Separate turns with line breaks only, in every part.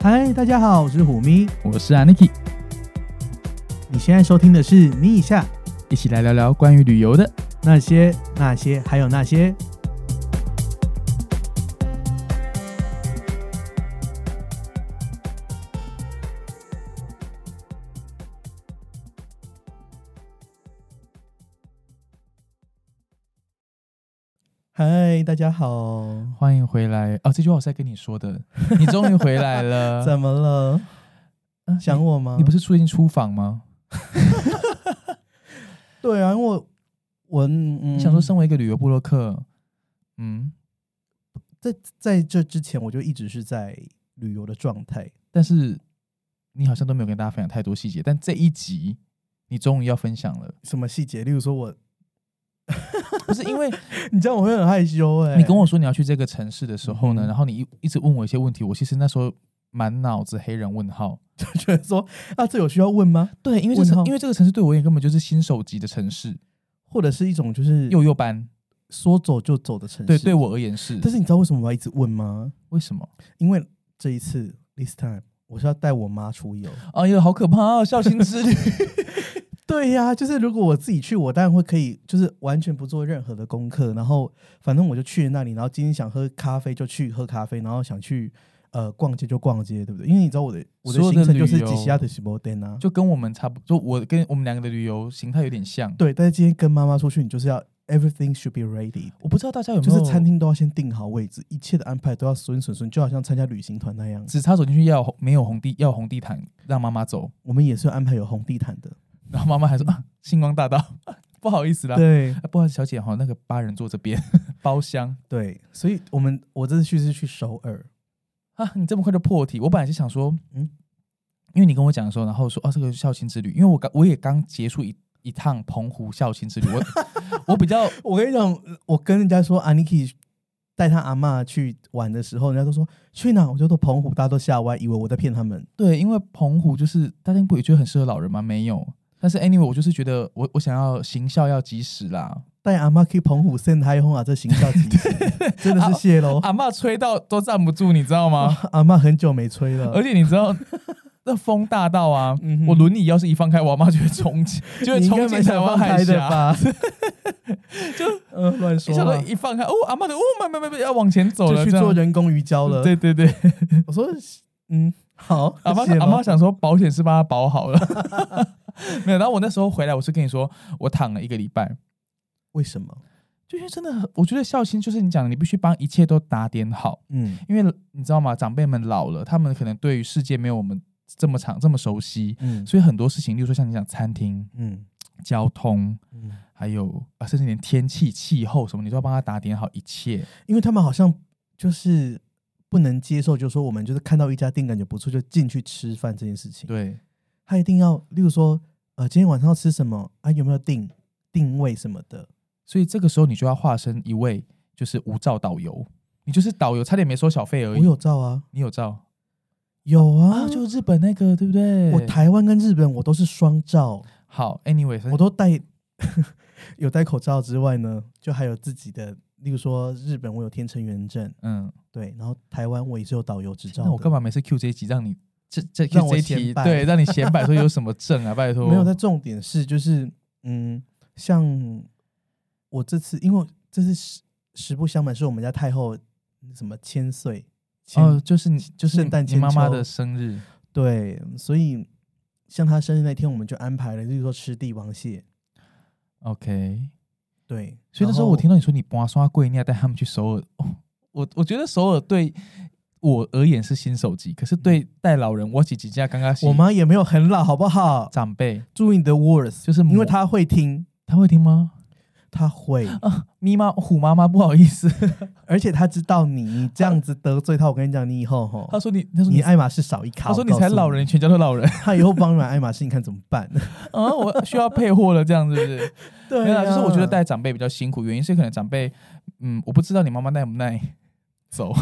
嗨，大家好，我是虎咪。
我是 Aniki，
你现在收听的是《咪一下
一起来聊聊关于旅游的。
那些那些还有那些》。嗨，大家好，
欢迎回来哦，这句话我是在跟你 说的，你终于回来了。
怎么了？
啊
想我吗？
你不是最近出访吗？
对啊，因为我我嗯
你想说，身为一个旅游部落客，嗯，
在在这之前，我就一直是在旅游的状态。
但是你好像都没有跟大家分享太多细节，但这一集你终于要分享了，
什么细节？例如说我，
不是 因为
你知道我会很害羞哎、
你跟我说你要去这个城市的时候呢，
嗯哼
然后你一一直问我一些问题，我其实那时候满脑子黑人问号。
觉得说啊，这有需要问吗？
对，因为这
问
城
号
因为这个城市对我也根本就是新手级的城市，
或者是一种就是
幼幼班。
说走就走的城市。
对，对。我而言是。
但是你知道为什么我要一直问吗？
为什么？
因为这一次，this time，我是要带我妈出游。
哎呀，好可怕、哦！孝心之旅，
对呀、就是如果我自己去，我当然会可以，就是完全不做任何的功课，然后反正我就去那里，然后今天想喝咖啡就去喝咖啡，然后想去呃逛街就逛街，对不对？因为你知道我的我的
所有的
行程就是
旅游
吉西亚的西伯登啊，
就跟我们差不多，我跟我们两个的旅游形态有点像。，
对。但是今天跟妈妈出去，你就是要 everything should be ready，
我不知道大家有没
就
有，
是餐厅都要先定好位置，一切的安排都要顺顺顺，就好像参加旅行团那样。
只插手进去要有红没有红地要有红地毯让妈妈走，
我们也是有安排有红地毯的，
然后妈妈还说、啊、星光大道， 不好意思啦，
对
啊不好意思，小姐哈，那个八人座这边 包厢
对，所以我们我这次去是去首尔，
啊，你这么快就破题，我本来是想说，
嗯
嗯，因为你跟我讲的时候，然后说啊，这个是孝心之旅，因为我刚我也刚结束一一趟澎湖孝心之旅，我 我比较
我跟你讲，我跟人家说 Aniki 带他阿嬷去玩的时候，人家都说去哪？我就说澎湖，大家都吓歪，以为我在骗他们。
对，因为澎湖就是大家不也觉得很适合老人吗？没有，但是 anyway，我就是觉得我我想要行孝要及时啦。
带阿嬷去澎湖圣太轰啊，这形 象极致，真的是谢喽。
阿嬷吹到都站不住，你知道吗？
阿嬷很久没吹 了
而，且你知道那风大到啊，
嗯哼
我轮椅要是一放开，我阿妈就会冲进，就会
你应
冲
该
进
蛮
台
想
湾
放
海
开的
峡。
吧？就嗯，乱
一
说
下
话
说，一放开，哦，阿妈的，哦，慢慢慢慢要往前走了，
就去
这样
做人工鱼礁了。
对对对，
我说，嗯，好，
阿妈
谢咯
阿妈想说保险是帮她保好了，没有。然后我那时候回来，我是跟你说，我躺了一个礼拜，
为什么？
就因为真的很，我觉得孝心就是你讲的，你必须帮一切都打点好，
嗯
因为你知道吗？长辈们老了，他们可能对于世界没有我们这么长这么熟悉，
嗯
所以很多事情，例如说像你讲餐厅、
嗯
交通，
嗯，
还有啊，甚至连天气、气候什么，你都要帮他打点好一切。
因为他们好像就是不能接受，就说我们就是看到一家店感觉不错就进去吃饭这件事情，
对，
他一定要，例如说，呃，今天晚上要吃什么啊？有没有定定位什么的？
所以这个时候你就要化身一位就是无照导游，你就是导游，差点没收小费而
我
已。
有照啊，
你有照
有啊，
啊？就日本那个对不对？
我台湾跟日本我都是双照，
好，anyway，
我都戴 有戴口罩之外呢，就还有自己的，例如说日本我有天成员证，
嗯，
对，然后台湾我也是有导游执照
那我
的
干嘛每次 Q 这一集让你这这 Q
让我
这一
显
题
摆
对，让你显摆说有什么证啊？拜托，
没有，但重点是就是，嗯，像我这次，因为这次实实不相瞒，是我们家太后什么千岁，千、
哦，就是你就是
圣诞
你妈妈
千秋
的生日，
对，所以像她生日那天，我们就安排了，例如说吃帝王蟹，
OK，
对，
所以那时候我听
到
到你说你刮刷贵，你要带他们去首尔，哦、我我觉得首尔对我而言是新手机，可是对带老人，我几几家刚刚是
嗯我妈也没有很老，好不好？
长辈，
注意你的 words，
就是
因为
抹
她会听，
他会听吗？
他会，
啊，咪妈虎妈妈不好意思，
而且他知道你你这样子得罪他，我跟你讲，你以后吼，
他说你，他说
你
你，
爱马仕少一卡。
他说
我
你
告诉
才老人，，你全家 都老人
他以后帮你买爱马仕，你看怎么 办？
啊，我需要配货了，这样是不是？
对
没有啦，啊就是我觉得带
带
长辈比较辛苦，原因是可能长辈，嗯，我不知道你妈妈耐不耐走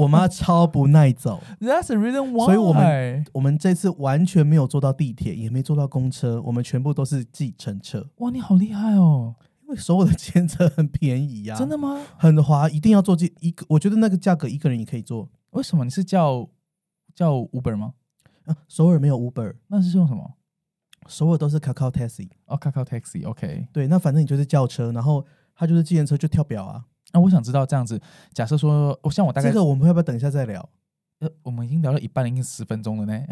我妈超不耐走，
，That's the reason why。
所以我们我们这次完全没有坐到地铁，也没坐到公车，我们全部都是计程车，
哇，你好厉害哦，
因为所有的计程车很便宜呀、
真的吗？
很划，一定要坐计一个，我觉得那个价格一个人也可以坐。
为什么你是叫叫 Uber 吗？
啊、首尔没有 Uber，
那是用什么？
首尔都是 Kakao Taxi。
哦，Kakao Taxi，OK。
对，那反正你就是叫车，然后他就是计程车就跳表啊。
那我想知道这样子，假设说，我像我大概
这个我们要不要等一下再聊？
呃，我们已经聊了一半了，已经十分钟了呢。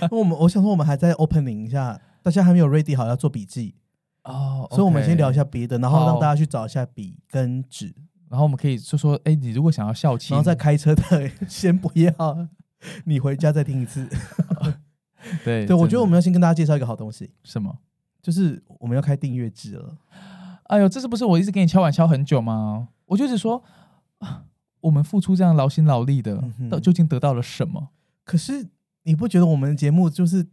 那我们我想说我们还在 opening 一下，大家还没有 ready 好要做笔记，
哦，
所以我们先聊一
OK
下别的，然后让
好
大家去找一下笔跟纸，
然后我们可以就说，哎，你如果想要校庆，
然后在开车 的先不要，你回家再听一次。
对
对，我觉得我
们
们要先跟大家介绍一个好东西，
什么？
就是我们要开订阅制了。
哎呦，这是不是我一直给你敲碗敲很久吗？我就一直说，啊我们付出这样劳心劳力的
嗯哼，
到、究竟得到了什么？
可是你不觉得我们的节目就是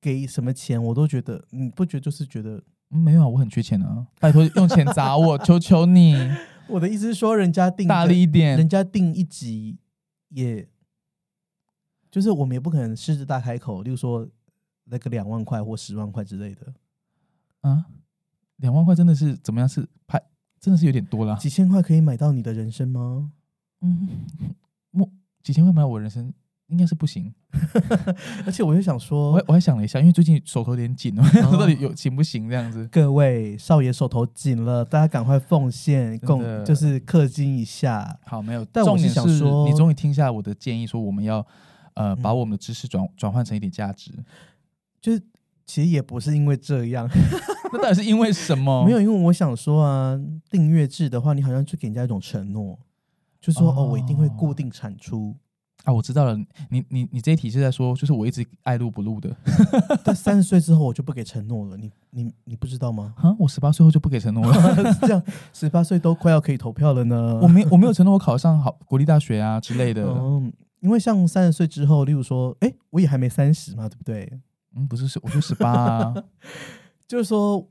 给什么钱，我都觉得你不觉得就是觉得
嗯没有啊，我很缺钱啊，拜托用钱砸我，求 求你，
我的意思是说，人家定
大
个
力一点
人。家定一集也，就是我们也不可能狮子大开口，例如说那个两万块或十万块之类的，
啊，两万块真的是怎么样？是拍真的是有点多啦。
几千块可以买到你的人生吗？
嗯，我几千块买我人生应该是不行。
而且我就想
我还
说，
我还想了一下，因为最近手头有点紧，
哦
我想说 到底有行不行这样 子？
各位少爷手头紧了，大家赶快奉献，
的
共就是氪金一下。
好，没有。
但我
重
是
点
想说嗯
你终于听下我的建议，说我们要呃把我们的知识转转换成一点价值。
就是其实也不是因为这样，
那到底是因为什么？
没有，因为我想说啊，订阅制的话，你好像就给人家一种承诺，就说哦，我一定会固定产出。
啊，我知道了。你你你这一题是在说，就是我一直爱录不录的。
但三十岁之后我就不给承诺了，你你你不知道吗？
啊，我十八岁后就不给承诺了。
是这样，十八岁都快要可以投票了呢。
我没我没有承诺我考上好国立大学啊之类的。
嗯，因为像三十岁之后，例如说，哎、我也还没三十嘛，对不对？
嗯，不是是，我就十八 啊。
就是说，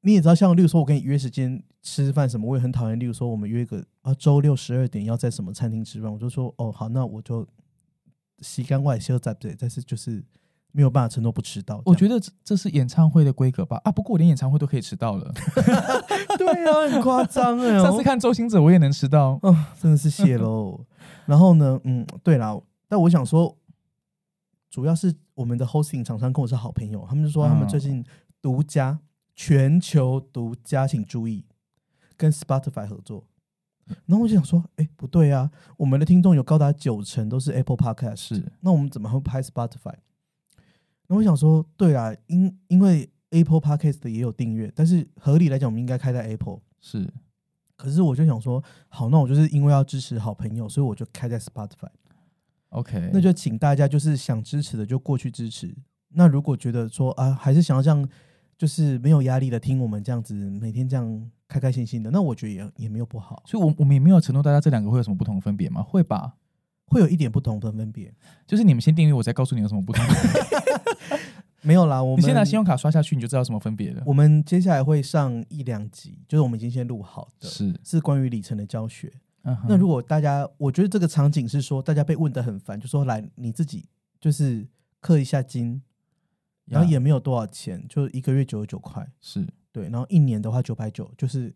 你也知道，像例如说，我跟你约时间吃饭什么，我也很讨厌。例如说，我们约个啊，周六十二点要在什么餐厅吃饭，我就说，哦，好，那我就洗干外修在不对？但是就是没有办法承诺不迟到。
我
这
觉
样
得这这是演唱会的规格吧？啊，不过我连演唱会都可以迟到 了。
对啊，很夸张 哎、
上次看周星哲，我也能迟到。
哦，真的是谢喽。然后呢，嗯，对啦，但我想说，主要是我们的 hosting 厂商跟我是好朋友，他们就说他们
嗯
最近独家、全球独家，请注意，跟 Spotify 合作。然后我就想说，哎，不对啊，我们的听众有高达九成都是 Apple Podcast，
是
那我们怎么会拍 Spotify？那我想说，对啊，因因为 Apple Podcast 的也有订阅，但是合理来讲，我们应该开在 Apple。
是，
可是我就想说，好，那我就是因为要支持好朋友，所以我就开在 Spotify。
OK，
那就请大家就是想支持的就过去支持。那如果觉得说啊，还是想要这样，就是没有压力的听我们这样子，每天这样开开心心的，那我觉得也也没有不好，
所以我我们也没有承诺大家这两个会有什么不同的分别吗？会吧？
会有一点不同的分别。
就是你们先订阅，我再告诉你有什么不同。
没有啦，我们
你先拿信用卡刷下去，你就知道有什么分别了。
我们接下来会上一两集，就是我们已经先录好的，
是，
是关于里程的教学。
嗯哼
那如果大家，我觉得这个场景是说，大家被问得很烦，就说来你自己就是氪一下金，然后
呀
也没有多少钱，就一个月九十九块，
是
对，然后一年的话九百九，就是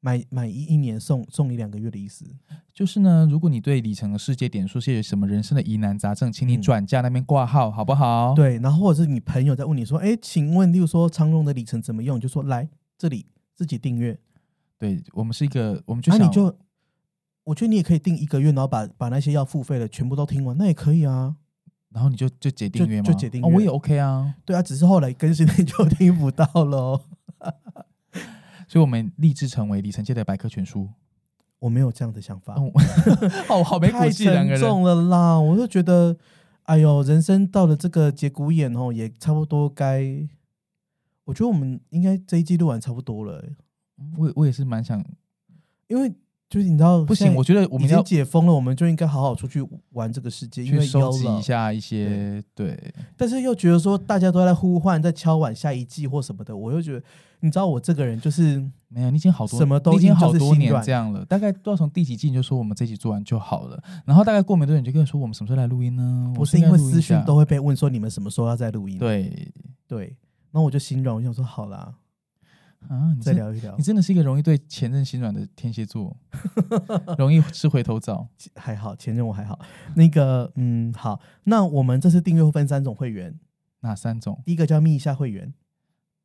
买买一一年送送你两个月的意思。
就是呢，如果你对里程的世界点数是有什么人生的疑难杂症，请你
嗯
转嫁那边挂号，好不好？，
对，然后或者是你朋友在问你说，哎，请问，例如说长荣的里程怎么用，你就说来这里自己订阅，
对我们是一个，我们就
那、
想、
啊你就，我觉得你也可以订一个月，然后把把那些要付费的全部都听完，那也可以啊。
然后你就就解订阅吗？
就解订阅
哦，我也 OK 啊。
对啊，只是后来更新的 就听不到喽。
所以我们立志成为里程界的百科全书。
我没有这样的想法。
哦， 好好没骨
啊太
气，两个
沉
人。
重了啦！我就觉得，哎呦，人生到了这个节骨眼哦，也差不多该。我觉得我们应该这一季录完差不多了欸、
我我也是蛮想，
因为就是你知道，
不行，我觉得我
我
们
已经
要
解封了，我们就应该好好出去玩这个世界，因
去
为
收
有
集
了
一，下一些对，
但是又觉得说大家都在呼唤，在敲碗下一季或什么的，我又觉得，你知道我这个人就是
没有，你已经好多
什么都
你已经
硬就
好
是
多
心
年
软
这样了，大概都要从第几季你就说我们这集做完就好了，然后大概过没多久你就跟我说我们什么时候来录音呢？
不是因为私讯
讯
都会被问说你们什么时候要再录音，
对
对，然后我就心软，我想说好啦，
啊，你
再
真
聊一聊
你，真的是一个容易对前任心软的天蝎座，容易吃回头草。
还好前任我还好，那个嗯好，那我们这次订阅会分三种会员，
哪三种
第一个叫咪一下会员，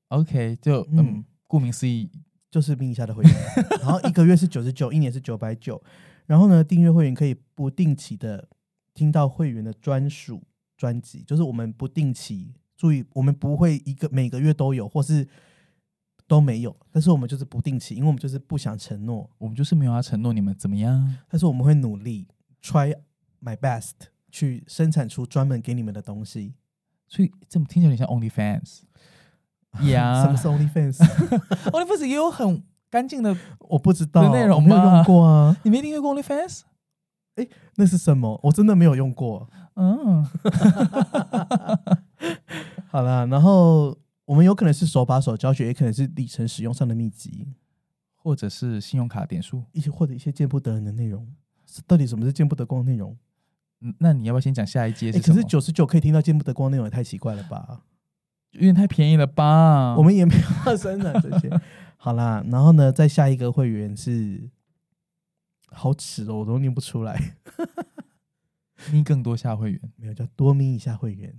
？OK，就嗯
嗯，
顾名思义，
就是咪一下的会员，然后一个月是九十九，一年是九百九。然后呢，订阅会员可以不定期的听到会员的专属专辑，就是我们不定期注意，我们不会一个每个月都有，或是都没有，但是我们就是不定期，因为我们就是不想承诺，
我们就是没有要承诺你们怎么样。
但是我们会努力 try my best 去生产出专门给你们的东西。
所以这么听起来有点像 OnlyFans。呀
什么是 OnlyFans？
，OnlyFans 也有很干净的，
我不知道，
有内容
我没有
吗
用过啊，
你没订阅过 OnlyFans？
那是什么？我真的没有用过。
嗯，
好啦，然后我们有可能是手把手教学，也可能是里程使用上的秘籍，
或者是信用卡点数。
一些或者一些见不得人的内容。是到底什么是见不得光的内容？
嗯那你要不要先讲下一阶
哎、
是什
可
么？
是九十九可以听到见不得光的内容，也太奇怪了 吧？
有点太便宜了吧？
我们也没有要生产这 些。好啦，然后呢，再下一个会员是，好耻哦，我都念不出来。
你更多下会员。
没有叫多眯一下会员，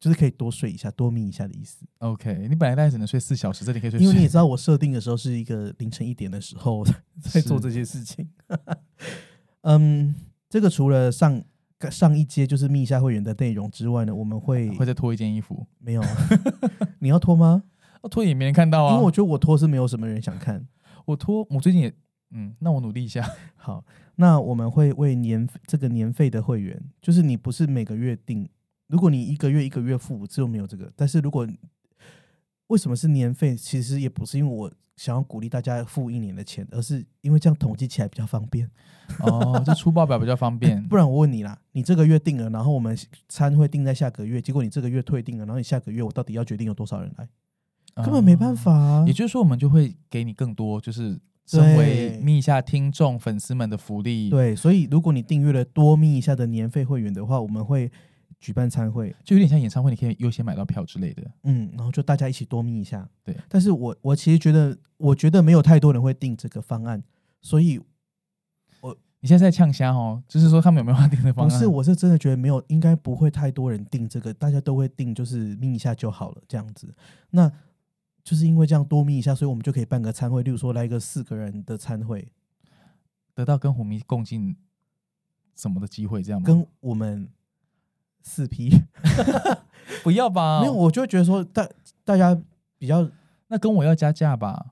就是可以多睡一下，多眯一下的意思。
OK，你本来大概只能睡四小时，这里可以睡
因为你也
十。
知道，我设定的时候是一个凌晨一点的时 候在做这些事情。嗯，这个除了上呃上一阶就是密下会员的内容之外呢，我们会
会再脱一件衣服，
没有 啊？你要脱吗？
哦脱也没人看到
因
啊。
为我觉得我脱是没有什么人想看。
我脱，我最近也嗯，那我努力 一下。
好，那我们会为年这个年费的会员，就是你不是每个月定，如果你一个月一个月付，只有没有这个。但是如果为什么是年费，其实也不是因为我想要鼓励大家付一年的钱，而是因为这样统计起来比较方便。
哦，就出报表比较方 便。
不然我问你啦，你这个月定了，然后我们餐会定在下个月，结果你这个月退订了，然后你下个月我到底要决定有多少人来，
嗯
根本没办法、啊
呃也。就是说，我们就会给你更多，就是身为
对
密下听众粉丝们的福利。，
对，所以如果你订阅了多咪一下的年费会员的话，我们会举办餐会，
就有点像演唱会，你可以优先买到票之类的。
嗯，然后就大家一起多咪一下。
对，
但是我我其实觉得，我觉得没有太多人会定这个方案，所以
你现在在呛虾哦，就是说他们有没有要订的方
不
案？
是，我是真的觉得没有，应该不会太多人定这个，大家都会定，就是眯一下就好了，这样子。那就是因为这样多眯一下，所以我们就可以办个餐会，例如说来一个四个人的餐会，
得到跟虎迷共进什么的机会，这样吗？
跟我们四批。
不要吧，
没有，我就会觉得说大大家比较，
那跟我要加价吧。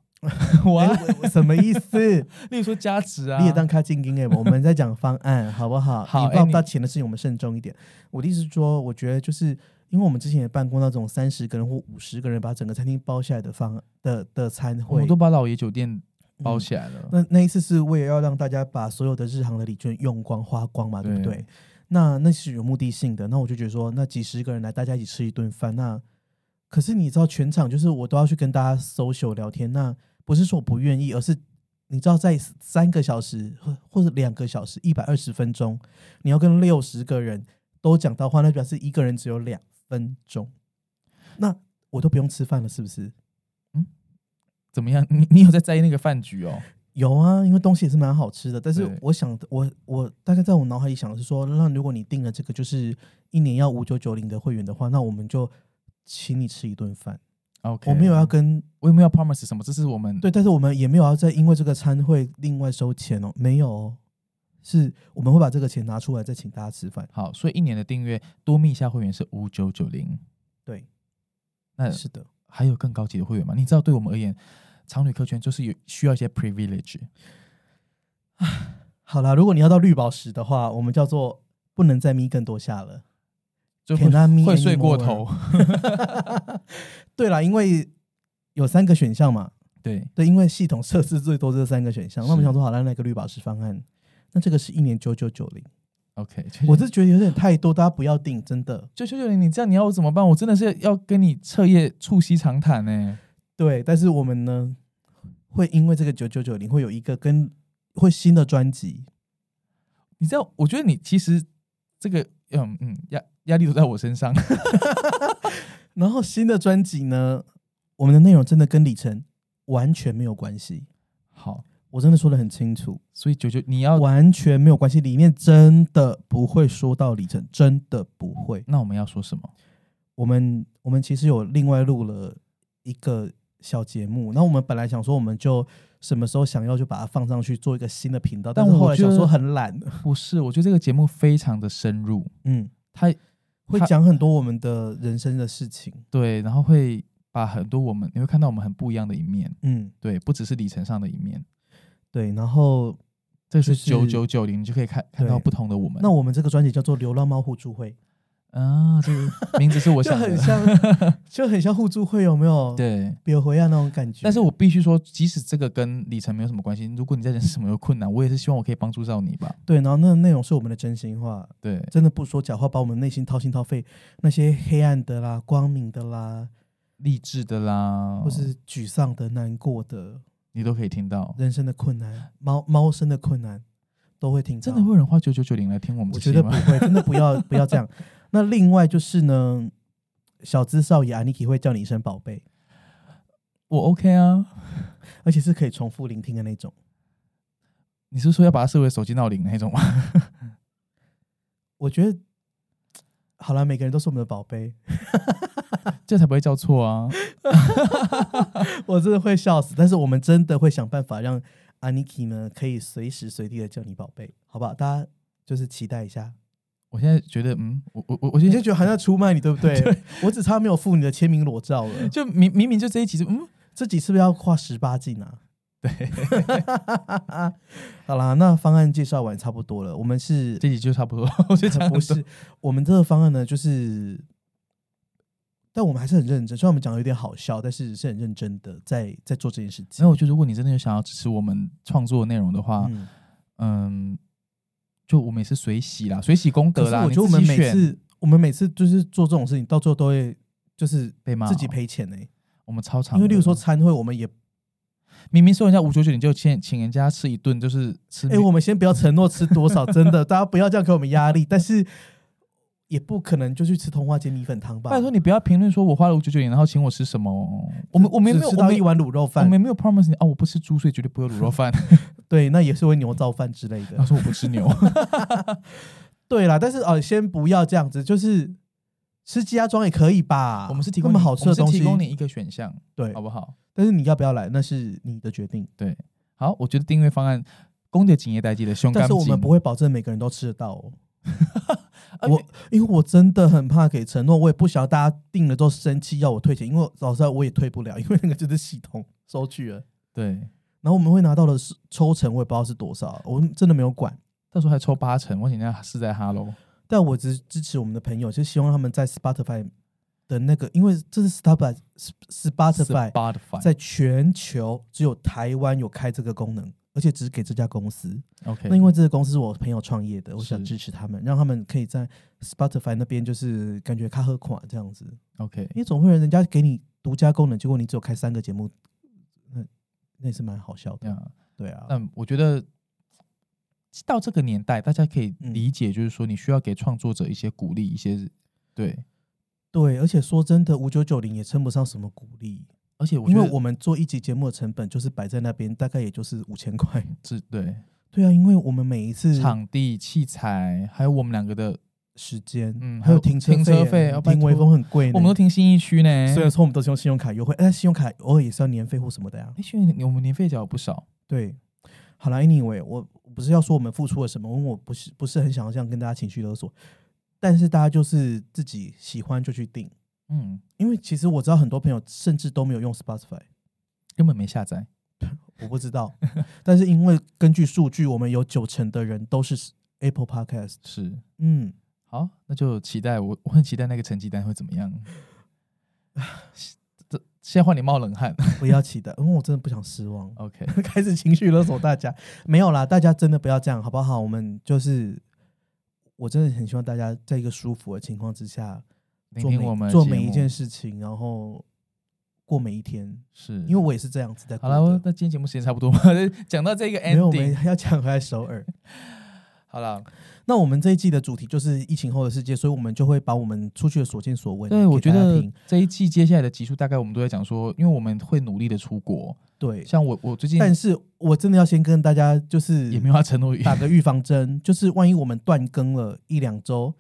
我
哎
要，
我我什么意思？
例如说加值啊，
你也当开进金 game，我们在讲方案，好不好？
好
你报
哎你
不到钱的事情，我们慎重一点。我的意思是说，我觉得就是因为我们之前也办过那种三十个人或五十个人把整个餐厅包下来的方的的餐
我
会
们都，把老爷酒店包
嗯
起来了。
那那一次是为了要让大家把所有的日航的礼券用光花光嘛，对不
对
对？那那是有目的性的。那我就觉得说，那几十个人来，大家一起吃一顿饭，那可是你知道，全场就是我都要去跟大家 social 聊天，那不是说我不愿意，而是你知道，在三个小时或或者两个小时一百二十分钟，你要跟六十个人都讲到话，那表示一个人只有两分钟，那我都不用吃饭了，是不是？
怎么样？你你有在在意那个饭局哦？
有啊，因为东西也是蛮好吃的。但是
对
我想的，我我大概在我脑海里想的是说，那如果你订了这个就是一年要五九九零的会员的话，那我们就请你吃一顿饭。
OK，
我没有要，跟
我也没有 promise 什么，这是我们
对，但是我们也没有要再因为这个餐会另外收钱哦，没有哦，是我们会把这个钱拿出来再请大家吃饭。
好，所以一年的订阅多密下会员是五九九零。
对，
那
是的，
还有更高级的会员吗？你知道，对我们而言，常旅客圈就是有需要一些 privilege。
好啦，如果你要到绿宝石的话，我们叫做不能再眯更多下了。
就会
Cannot meet
会睡过
anymore
头，
对啦，因为有三个选项嘛，
对，
对，因为系统设置最多这三个选项，那我们
是
想说好了，那个绿宝石方案，那这个是一年九九九零，
OK，
我是觉得有点太多，大家不要定，真的。
就秀秀玲，你这样你要我怎么办？我真的是要跟你彻夜促膝长谈呢、
对，但是我们呢，会因为这个九九九零会有一个跟会新的专辑，
你知道，我觉得你其实这个，嗯嗯，压压力都在我身上。
然后新的专辑呢，我们的内容真的跟里程完全没有关系，
好，
我真的说的很清楚，
所以九九你要，
完全没有关系，里面真的不会说到里程，真的不会。
那我们要说什么？
我们我们其实有另外录了一个小节目，那我们本来想说我们就什么时候想要就把它放上去做一个新的频道，但
但
是后
我
来
觉
想说
得
很懒，
不是，我觉得这个节目非常的深入，
嗯，
它
会
它
讲很多我们的人生的事情，
对，然后会把很多我们你会看到我们很不一样的一面，
嗯，
对，不只是里程上的一面。
对。然后
这是
就
九
是
九九零，你就可以看看到
对
不同的我们。
那我们这个专辑叫做《流浪猫互助会
啊，这个名字是》，我
就
想
很
的，
像， 就很像互助会，有没有？，
对。
别回啊那种感觉。
但是我必须说，即使这个跟里程没有什么关系，如果你在人生什么有困难，我也是希望我可以帮助到你吧。
对，然后那个内容是我们的真心话，
对，
真的不说假话，把我们内心掏心掏肺那些黑暗的啦、光明的啦，
励志的啦，
或是沮丧的、难过的、
你都可以听到。
人生的困难、猫猫生的困难，都会听到。
真的会有人花九九九零来听我们
我觉
这
得
些
不
吗？
会，真的不 要不要这样。那另外就是呢，小资少爷 Aniki 会叫你一声宝贝，
我 OK 啊。
而且是可以重复聆听的那种。
你是说要把它设为手机闹铃那种吗？
我觉得好了，每个人都是我们的宝贝，
这才不会叫 错啊！
我真的会笑死。但是我们真的会想办法让 Aniki 呢可以随时随地的叫你宝贝，好不好？大家就是期待一下。
我现在觉得，嗯，我我我我现
你
在
就觉得好像出卖你，对不 对？我只差没有附你的签名裸照了。
就明明明就这一集就嗯，
自己是不是要跨十八禁啊？
对，
好啦，那方案介绍完差不多了。我们是
这集就差不多， 我就讲
不是我们这个方案呢，就是，但我们还是很认真。虽然我们讲的有点好笑，但是是很认真的在在做这件事情
那。我觉得，如果你真的有想要支持我们创作内容的话，
嗯，
嗯，就我们也是随喜啦，随喜功
可
德
是
啦。
我
你
觉得我
自
们
己
每
选
次我们每次就是做这种事情，到最后都会就是
被骂，
自己，赔钱呢、欸
我们超常的。
因为例如说餐会，我们也
明明收人家五九九，你就请请人家吃一顿，就是吃
哎、我们先不要承诺吃多少，真 的，大家不要这样给我们压力。但是也不可能就去吃通化煎米粉汤吧？
拜托你不要评论说我花了五九九零，然后请我吃什么哦。我们我们也没有
只吃
我
到
们
一碗卤肉
我
饭，
们没有 promise 你哦，我不吃猪，所以绝对不会有卤 肉饭。
对，那也是会牛造饭之类
他
的。
说我不吃牛，
对啦，但是呃，先不要这样子，就是吃鸡鸭庄也可以吧？
我们是提供
那
你
么好吃的
我们
东
是
西
提，供你一个选项，
对
好。不好？
但是你要不要来，那是你的决定。
好，我觉得订阅方案，公的紧也代记的胸
但
干
是
紧，
我们不会保证每个人都吃得到哦。
啊
我因为我真的很怕给承诺，我也不想要大家订了之后生气要我退钱，因为老实说我也退不了，因为那个就是系统收据了。
对，
然后我们会拿到的是抽成，我也不知道是多少，我们真的没有管。
到时候还抽八成，我请人家是在哈喽。
但我只是支持我们的朋友，就希望他们在 Spotify 的那个，因为这是 Spotify Spotify
Spotify
在全球只有台湾有开这个功能，而且只给这家公司。
OK，
那因为这个公司是我朋友创业的，我想
嗯
支
是
持他们，让他们可以在 Spotify 那边就是感觉他喝垮这样子，
OK，
因为总会有人家给你独家功能，结果你只有开三个节目，那那也是蛮好笑
这
的。
样，
对啊，
那我觉得到这个年代，大家可以
嗯
理解，就是说你需要给创作者一些鼓励，一些对，
对，而且说真的，五九九零也称不上什么鼓励，
而且我
因
觉
为
得
我们做一集节目的成本就是摆在那边，大概也就是五千块。
是对
对啊，因为我们每一次
场地、器材，还有我们两个的，
时间，
嗯
还有
还有
停车
停车费
啊
哦拜
停微
托
风很贵呢，
我们都听新一区呢。
虽然说我们都是用信用卡优惠，但信用卡偶尔也是要年费或什么的呀。
哎，去年我们年费缴了不少，
对，好了，anyway，我不是要说我们付出了什么，因为我不是不是很想要这样跟大家情绪勒索，但是大家就是自己喜欢就去订，
嗯，
因为其实我知道很多朋友甚至都没有用 Spotify，
根本没下载。
我不知道，但是因为根据数据，我们有九成的人都是 Apple Podcast，
是，
嗯，
好， 那就期待我，我很期待那个成绩单会怎么样。这现在换你冒冷汗。
不要期待，因为我真的不想失望。
OK，
开始情绪勒索大家，没有啦，大家真的不要这样，好不好？我们就是，我真的很希望大家在一个舒服的情况之下，
聆
做
听
每
我们的
做
节
每一
目
件事情，然后过每一天，
是，
因为我也是这样子在
好
过
了，
的。
那今天节目时间差不多嘛， 讲到这个
没有，我们
ending，
要讲回来首尔。
好了，
那我们这一季的主题就是疫情后的世界，所以我们就会把我们出去的所见所闻
对，我
给
觉
大家
得
听
这一季接下来的集数，大概我们都在讲说，因为我们会努力的出国，
对。
像我，我最近
但是我真的要先跟大家就是
也没有要承诺语，
打个预防针，就是万一我们断更了一两周，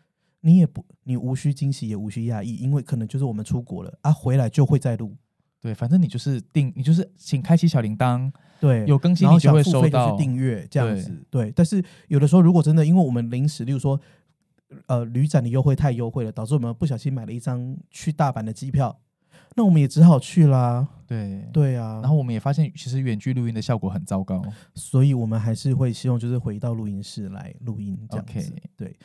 你也不你无需惊喜，也无需讶异，因为可能就是我们出国了啊，回来就会再录。
对，反正你就是定，你就是请开启小铃铛，
对，
有更新
然后
你就
想
会
付
收
费就
到
去。订阅这样子。对，但是有的时候如果真的因为我们临时，例如说。呃，旅展的优惠太优惠了，导致我们不小心买了一张去大阪的机票，那我们也只好去啦。
对，
对啊，
然后我们也发现，其实远距录音的效果很 糟糕。
所以我们还是会希望就是回到录音室来录音这样子。
OK
对，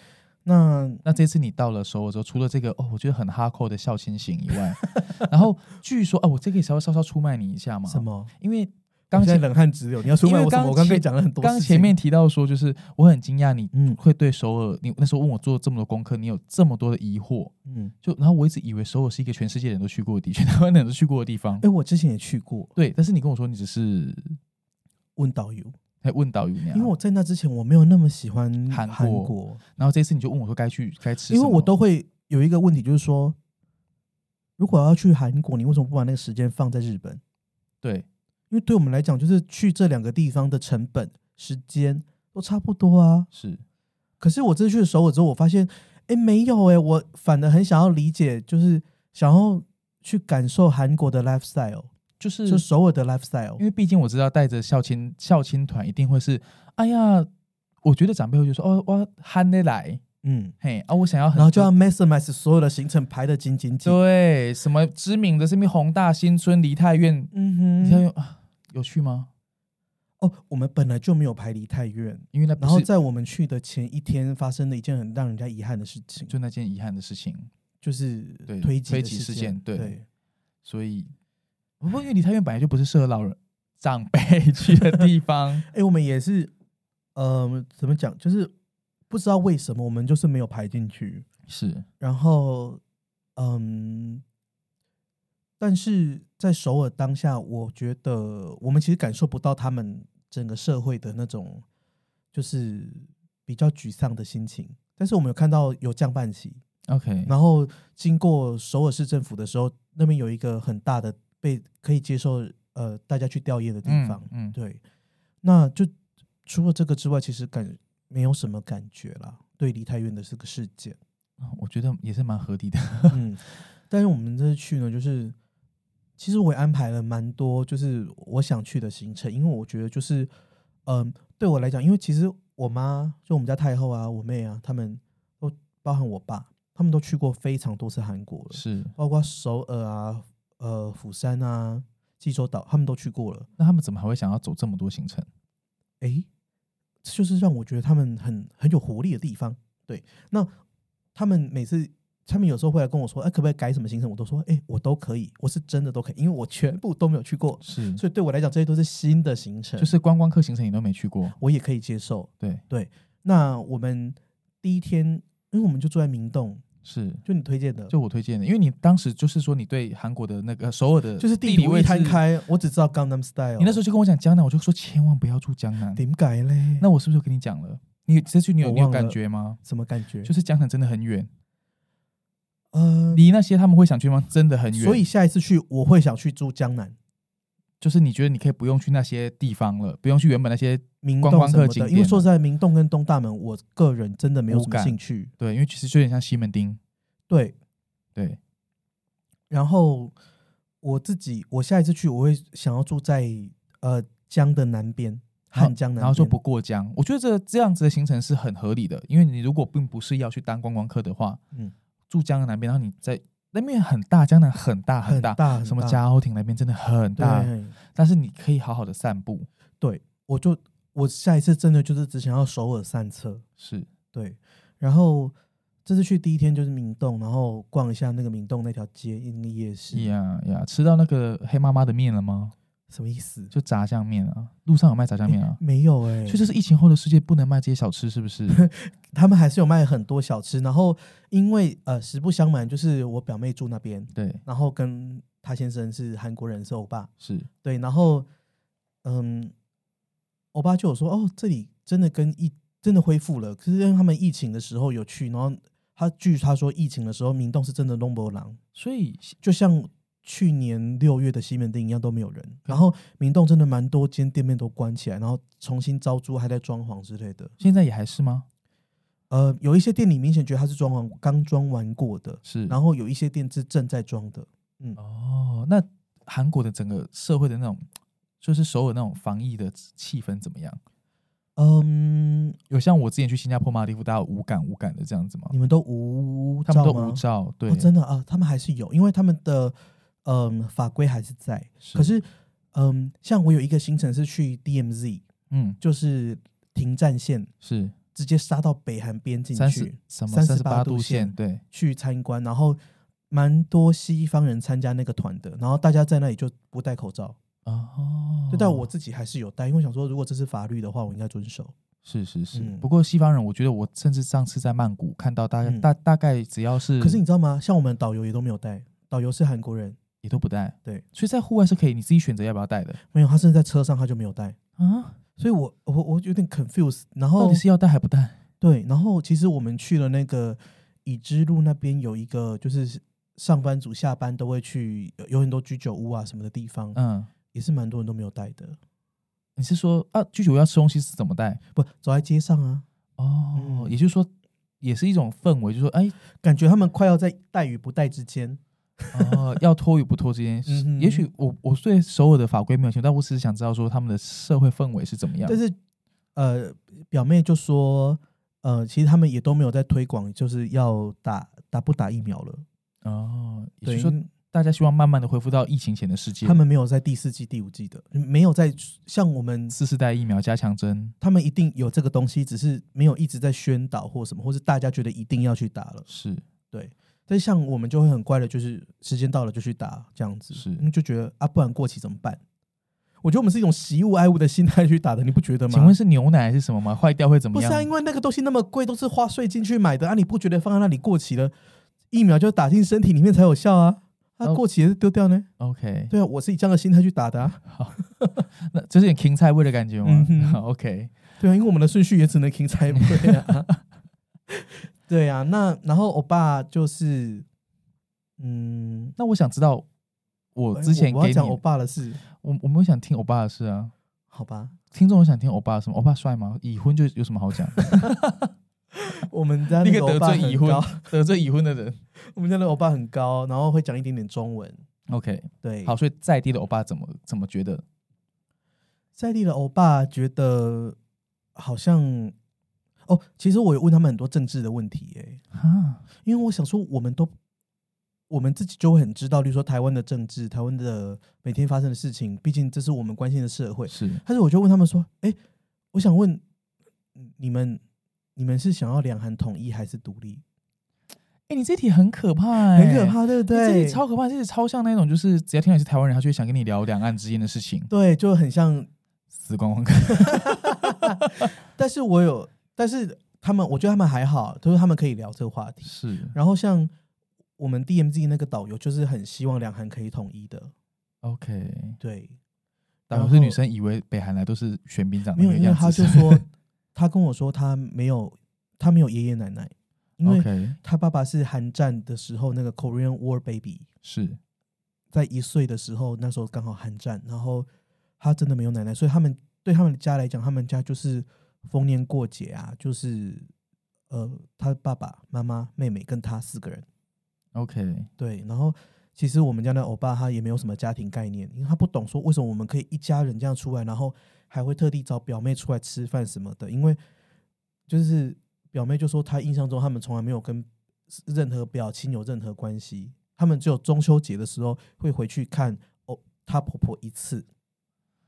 那
那这次你到了首尔之后，除了这个哦，我觉得很哈扣的孝亲行以外， 然后据说哦，我这可以稍微稍稍出卖你一下嘛？
什？么？
因为
我
刚
现在
前
冷汗直流，你要出卖
因
我
为
什
刚
么？我刚
前
跟你讲了很多事情。
刚前面提到说，就是我很惊讶你
嗯
会对首尔，你那时候问我做这么多功课，你有这么多的疑惑，
嗯，
就然后我一直以为首尔是一个全世界人都去过的地，全 台湾人都去过的地方
哎、。我之前也去过，
对，但是你跟我说你只是
问导游，
在问导游那样，
因为我在那之前我没有那么喜欢
啊韩
韩
国
国，
然后这次你就问我说该去该吃什
因
么，
为我都会有一个问题，就是说，如果要去韩国，你为什么不把那个时间放在日本？
对
因为对我们来讲，就是去这两个地方的成本、时间都差不多啊。
是
可是我这次去首尔之后，我发现，哎，没有哎、我反而很想要理解，就是想要去感受韩国的 lifestyle，
就是
就首尔的 lifestyle
嗯因。为毕竟我知道带着孝亲孝亲团一定会是，哎呀，我觉得长辈会就说哦，我憨得来，
嗯，
嘿啊，我想要很，
然后就要 maximize 所有的行程排的紧紧紧。
对什么知名的这边宏大新村、梨泰院，
嗯
梨泰
哼，
院啊，有去吗？
哦，我们本来就没有排离太远，
因为那不
然后
是
在我们去的前一天发生了一件很让人家遗憾的事情，
就那件遗憾的事情，
就是
对
推挤
推
的
挤事
件
件，对
对
所以不过因为梨泰院本来就不是适合老人长辈去的 地方，
哎，我们也是，呃，怎么讲，就是不知道为什么我们就是没有排进去，
是
然后，嗯，但是在首尔当下，我觉得我们其实感受不到他们整个社会的那种就是比较沮丧的心情。但是我们有看到有降半旗，
OK，
然后经过首尔市政府的时候，那边有一个很大的被可以接受呃大家去吊唁的地
嗯
方。
嗯，
对，那就除了这个之外，其实感没有什么感觉啦，对梨泰院的这个事件。
我觉得也是蛮合理的，
嗯，但是我们这次去呢，就是其实我也安排了蛮多，就是我想去的行程，因为我觉得就是，嗯、对我来讲，因为其实我妈就我们家太后啊、我妹啊，他们都包含我爸，他们都去过非常多次韩国了，
是
包括首尔啊、呃釜山啊、济州岛，他们都去过了。
那他们怎么还会想要走这么多行程？
诶，这就是让我觉得他们很很有活力的地方。对，那他们每次，他们有时候会来跟我说，哎、可不可以改什么行程？我都说，哎、我都可以，我是真的都可以，因为我全部都没有去过，
是
所以对我来讲，这些都是新的行程，
就是观光客行程你都没去过，
我也可以接受。
对，
那我们第一天，因为我们就住在明洞，
是
就你推荐的，
就我推荐的，因为你当时就是说你对韩国的那个首尔的
就是
地
地
理
理
位
位
置
摊，开，我只知道 Gangnam Style。
你那时候就跟我讲江南，我就说千万不要住江南。
点改嘞？
那我是不是跟你讲了？你这句你有
我
你有
忘了
感觉吗？
什么感觉？
就是江南真的很远，
呃，
离那些他们会想去的地方真的很远，
所以下一次去我会想去住江南。
就是你觉得你可以不用去那些地方了，不用去原本那些
明
观
洞
光
什
客
么
景
的，因为
点
说
啊
实在，明洞跟东大门，我个人真的没有
无
什么
感
兴趣。
对，因为其实就有点像西门町，
对，
对，
然后我自己，我下一次去，我会想要住在呃江的南边，汉江南边。
然后说不，过江，我觉得这这样子的行程是很合理的，因为你如果并不是要去当观光客的话，
嗯，
住江南那边，然后你在那边很大，江南很大
很
大，
大，
什么
很大
嘉欧亭那边真的很大，
对，
但是你可以好好的散步，
我就我下一次真的就是只想要首尔散策。
是
对，然后这次去第一天就是明洞，然后逛一下那个明洞那条街，那个夜市。
呀呀，吃到那个黑妈妈的面了吗？
什么意思？
就炸酱面啊，路上有卖炸酱面 啊。
没有哎、
所以这是疫情后的世界，不能卖这些小吃，是不 是？
他们还是有卖很多小吃。然后因为呃，实不相瞒，就是我表妹住那边，
对，
然后跟她先生是韩国人，是欧巴。
是
对，然后嗯，欧巴就有说哦，这里真的跟疫真的恢复了，可是因为他们疫情的时候有去，然后他据他说疫情的时候明洞是真的弄不狼，
所以
就像。去年六月的西门町一样都没有人，然后明洞真的蛮多间店面都关起来，然后重新招租，还在装潢之类的。
现在也还是吗？
呃，有一些店里明显觉得它是装潢刚装完过的，
是。
然后有一些店是正在装的。
哦，那韩国的整个社会的那种，就是首尔那种防疫的气氛怎么样？
嗯，
有像我之前去新加坡、马利夫，大家有无感无感的这样子吗
你？们都无
哦他们都
嗯照吗
无照，对，
哦，真的啊，他们还是有，因为他们的嗯、法规还是在。
是
可是嗯、像我有一个行程是去 DMZ，
嗯，
就是停战线，
是
直接杀到北韩边境
三十
去
什么三
38
十八
度
线，
线
对，
去参观，然后蛮多西方人参加那个团的，然后大家在那里就不戴口罩。
哦，
对，但我自己还是有戴，因为我想说，如果这是法律的话，我应该遵守。
是是是。
嗯
不过西方人，我觉得我甚至上次在曼谷看到大概、
嗯
大大概只要是，
可是你知道吗？像我们导游也都没有戴，导游是韩国人，
也都不带，
对，
所以在户外是可以你自己选择要不要带的
没有，他甚至在车上他就没有戴，
啊。
所以我我我有点 confuse。然
到
后
底是要带还不带？
对，然后其实我们去了那个已知路那边有一个，就是上班族下班都会去，有有很多居酒屋啊什么的地方，
嗯，
也是蛮多人都没有带的。
你是说啊，居酒屋要吃东西是怎么带？
不，走在街上啊，
哦，
嗯
也就是说，也是一种氛围，就是说，哎，
感觉他们快要在带与不带之间。
哦，要脱与不脱之间，
嗯哼
也许我我对首尔的法规没有清楚，但我只是想知道说他们的社会氛围是怎么样
但。是呃，表妹就说，呃，其实他们也都没有在推广，就是要打打不打疫苗了。
哦，也就
对，
是说
因
大家希望慢慢的恢复到疫情前的世界。
他们没有在第四季、第五季的，没有在像我们，
四四代疫苗加强针
他们一定有这个东西，只是没有一直在宣导或什么，或是大家觉得一定要去打了。
是
但是像我们就会很乖的，就是时间到了就去打这样子，
是
因为就觉得啊，不然过期怎么办？我觉得我们是一种习物爱物的心态去打的，你不觉得吗？
请问是牛奶还是什么吗？坏掉会怎
不
么
是
样？
啊，因为那个东西那么贵，都是花税进去买的啊，你不觉得放在那里过期了，疫苗就打进身体里面才有效啊？它、
哦
过期也是丢掉呢？
OK，
对啊，我是以这样的心态去打的、啊，
那这是点芹菜味的感觉吗、
嗯
？OK，
对啊，因为我们的顺序也只能停 才不会啊。 对啊，那然后我爸就是，嗯，
那我想知道，我
哎
之前
我我要
给你，
讲我
我
爸的事，
我没有想听欧巴的事啊。
好吧？
听众有想听欧巴的什么？欧巴帅吗？已婚就有什么好讲？
我们家那
立
个
刻
欧
得
巴
罪已
很
婚
高，
得罪已婚的人。
我们家的欧巴很高，然后会讲一点点中文。
OK，
对，
好，，所以在地的欧巴怎么怎么觉得？
在地的欧巴觉得好像哦，其实我有问他们很多政治的问题、耶，
啊，
因为我想说，我们都我们自己就会很知道，例如说台湾的政治，台湾的每天发生的事情，毕竟这是我们关心的社会。
是
但是我就问他们说，哎、我想问嗯你们，你们是想要两韩统一还是独立？
哎、你这题很可怕、欸，
很可，怕，对不
这
对？
题超可怕，这题超像那种就是只要听到你是台湾人，他就会想跟你聊两岸之间的事情，
对，就很像
死光光看。
但是我有，但是他们，我觉得他们还好，就是他们可以聊这个话题。
是
然后像我们 DMZ 那个导游，就是很希望两韩可以统一的，
OK，
对，
导游
然
是
后
女生，以为北韩来都是选兵长
没
的
有，
那
因
个
为
样
他
子
就。说， 他跟我说他没有，他没有爷爷奶奶，因为
OK，
他爸爸是韩战的时候那个 Korean War baby，
是
在一岁的时候，那时候刚好韩战，然后他真的没有奶奶，所以他们对他们家来讲，他们家就是逢年过节啊，就是呃，他爸爸妈妈、妹妹跟他四个人。
OK，
对，然后其实我们家的欧巴他也没有什么家庭概念，因为他不懂说为什么我们可以一家人这样出来，然后还会特地找表妹出来吃饭什么的，因为就是表妹就说她印象中他们从来没有跟任何表亲有任何关系，他们只有中秋节的时候会回去看哦她婆婆一次。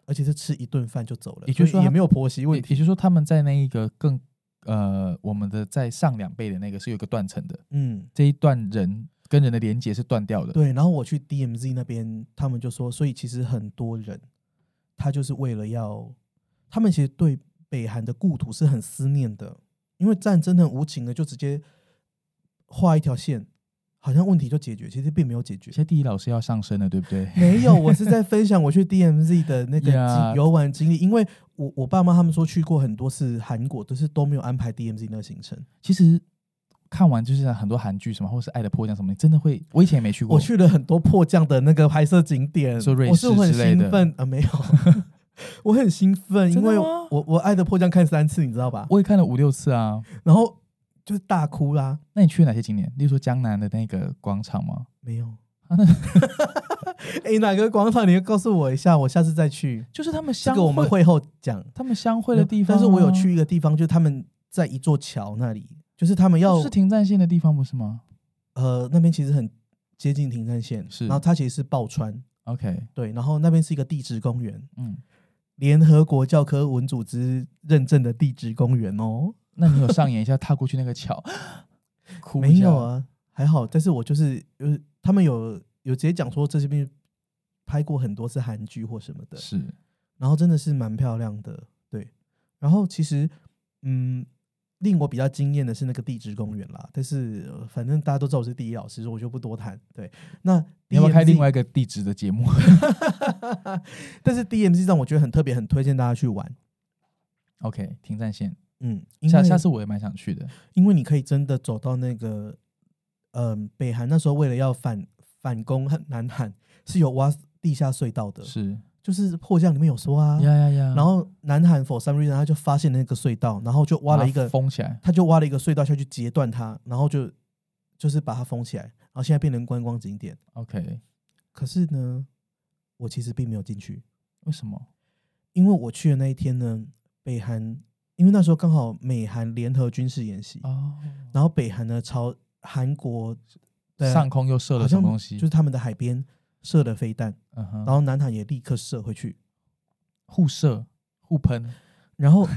而且是吃一顿饭就走了，
也就是
所以
说
也
她
没有婆媳
也
问
也
题。
就是说他们在那一个更呃，我们的在上两倍的那个是有一个断层的，
嗯，
这一段人跟人的连接是断掉的。
对。然后我去 DMZ 那边，他们就说，所以其实很多人他就是为了要，他们其实对北韩的故土是很思念的，因为战争很无情的，就直接画一条线，好像问题就解决，其实并没有解决
现。在地理老师要上升了，对不对？
没有，我是在分享我去 DMZ 的那个
Yeah
经游玩经历，因为我我爸妈他们说去过很多次韩国，但是都没有安排 DMZ 那个行程。
其实看完就是很多韩剧什么，或是《爱的迫降》什么，你真的会，我以前也没去过。
我去了很多迫降的那个拍摄景点，
说瑞士
我是我很
之类的
兴奋啊、呃没有， 我很兴奋，因
真的
为
吗
我我爱的迫降看三次，你知道吧？
我也看了五六次啊。
然后就是大哭啦，
那你去了哪些景点？例如说江南的那个广场吗？
没有
啊那。
哎、哪个广场？你告诉我一下，我下次再去。
就是他们
这
相
个我们
会，
会后讲。嗯
他们相会的地方、
但是我有，去一个地方，就是他们在一座桥那里，就是他们要
是停战线的地方，不是吗
呃那边其实很接近停战线，
是
然后它其实是报川，
？OK，
对，然后那边是一个地质公园，
嗯，
联合国教科文组织认证的地质公园哦，
那你有上演一下踏过去那个桥，哭一
没
下
有？啊，还好，但是我就是呃，他们有有直接讲说这边拍过很多次韩剧或什么的，
是，
然后真的是蛮漂亮的，对。然后其实，嗯，令我比较惊艳的是那个地质公园啦，但是、呃反正大家都知道我是地理老师，所以我就不多谈。对，那
你要不要开
DMZ
另外一个地址的节目
但是 DMZ 让我觉得很特别，很推荐大家去玩。
？OK，停战线，
嗯，因
下
为
下次我也蛮想去的。
因为你可以真的走到那个，嗯、北韩那时候为了要反反攻南韩，是有挖地下隧道的，
是，
就是迫降里面有说啊。
呀呀呀，
然后南韩 for some reason 他就发现了那个隧道，然后就挖了一
把它
个，
封起来，
他就挖了一个隧道下去截断它，然后就就是把它封起来，然后现在变成观光景点。
OK，
可是呢，我其实并没有进去，
为什么？
因为我去的那一天呢，北韩因为那时候刚好美韩联合军事演习，
哦，
然后北韩呢朝韩国的
上空又射
好
了什
像
么东西？
就是他们的海边射了飞弹，
嗯哼，
然后南韩也立刻射回去。
互射互喷，
然 后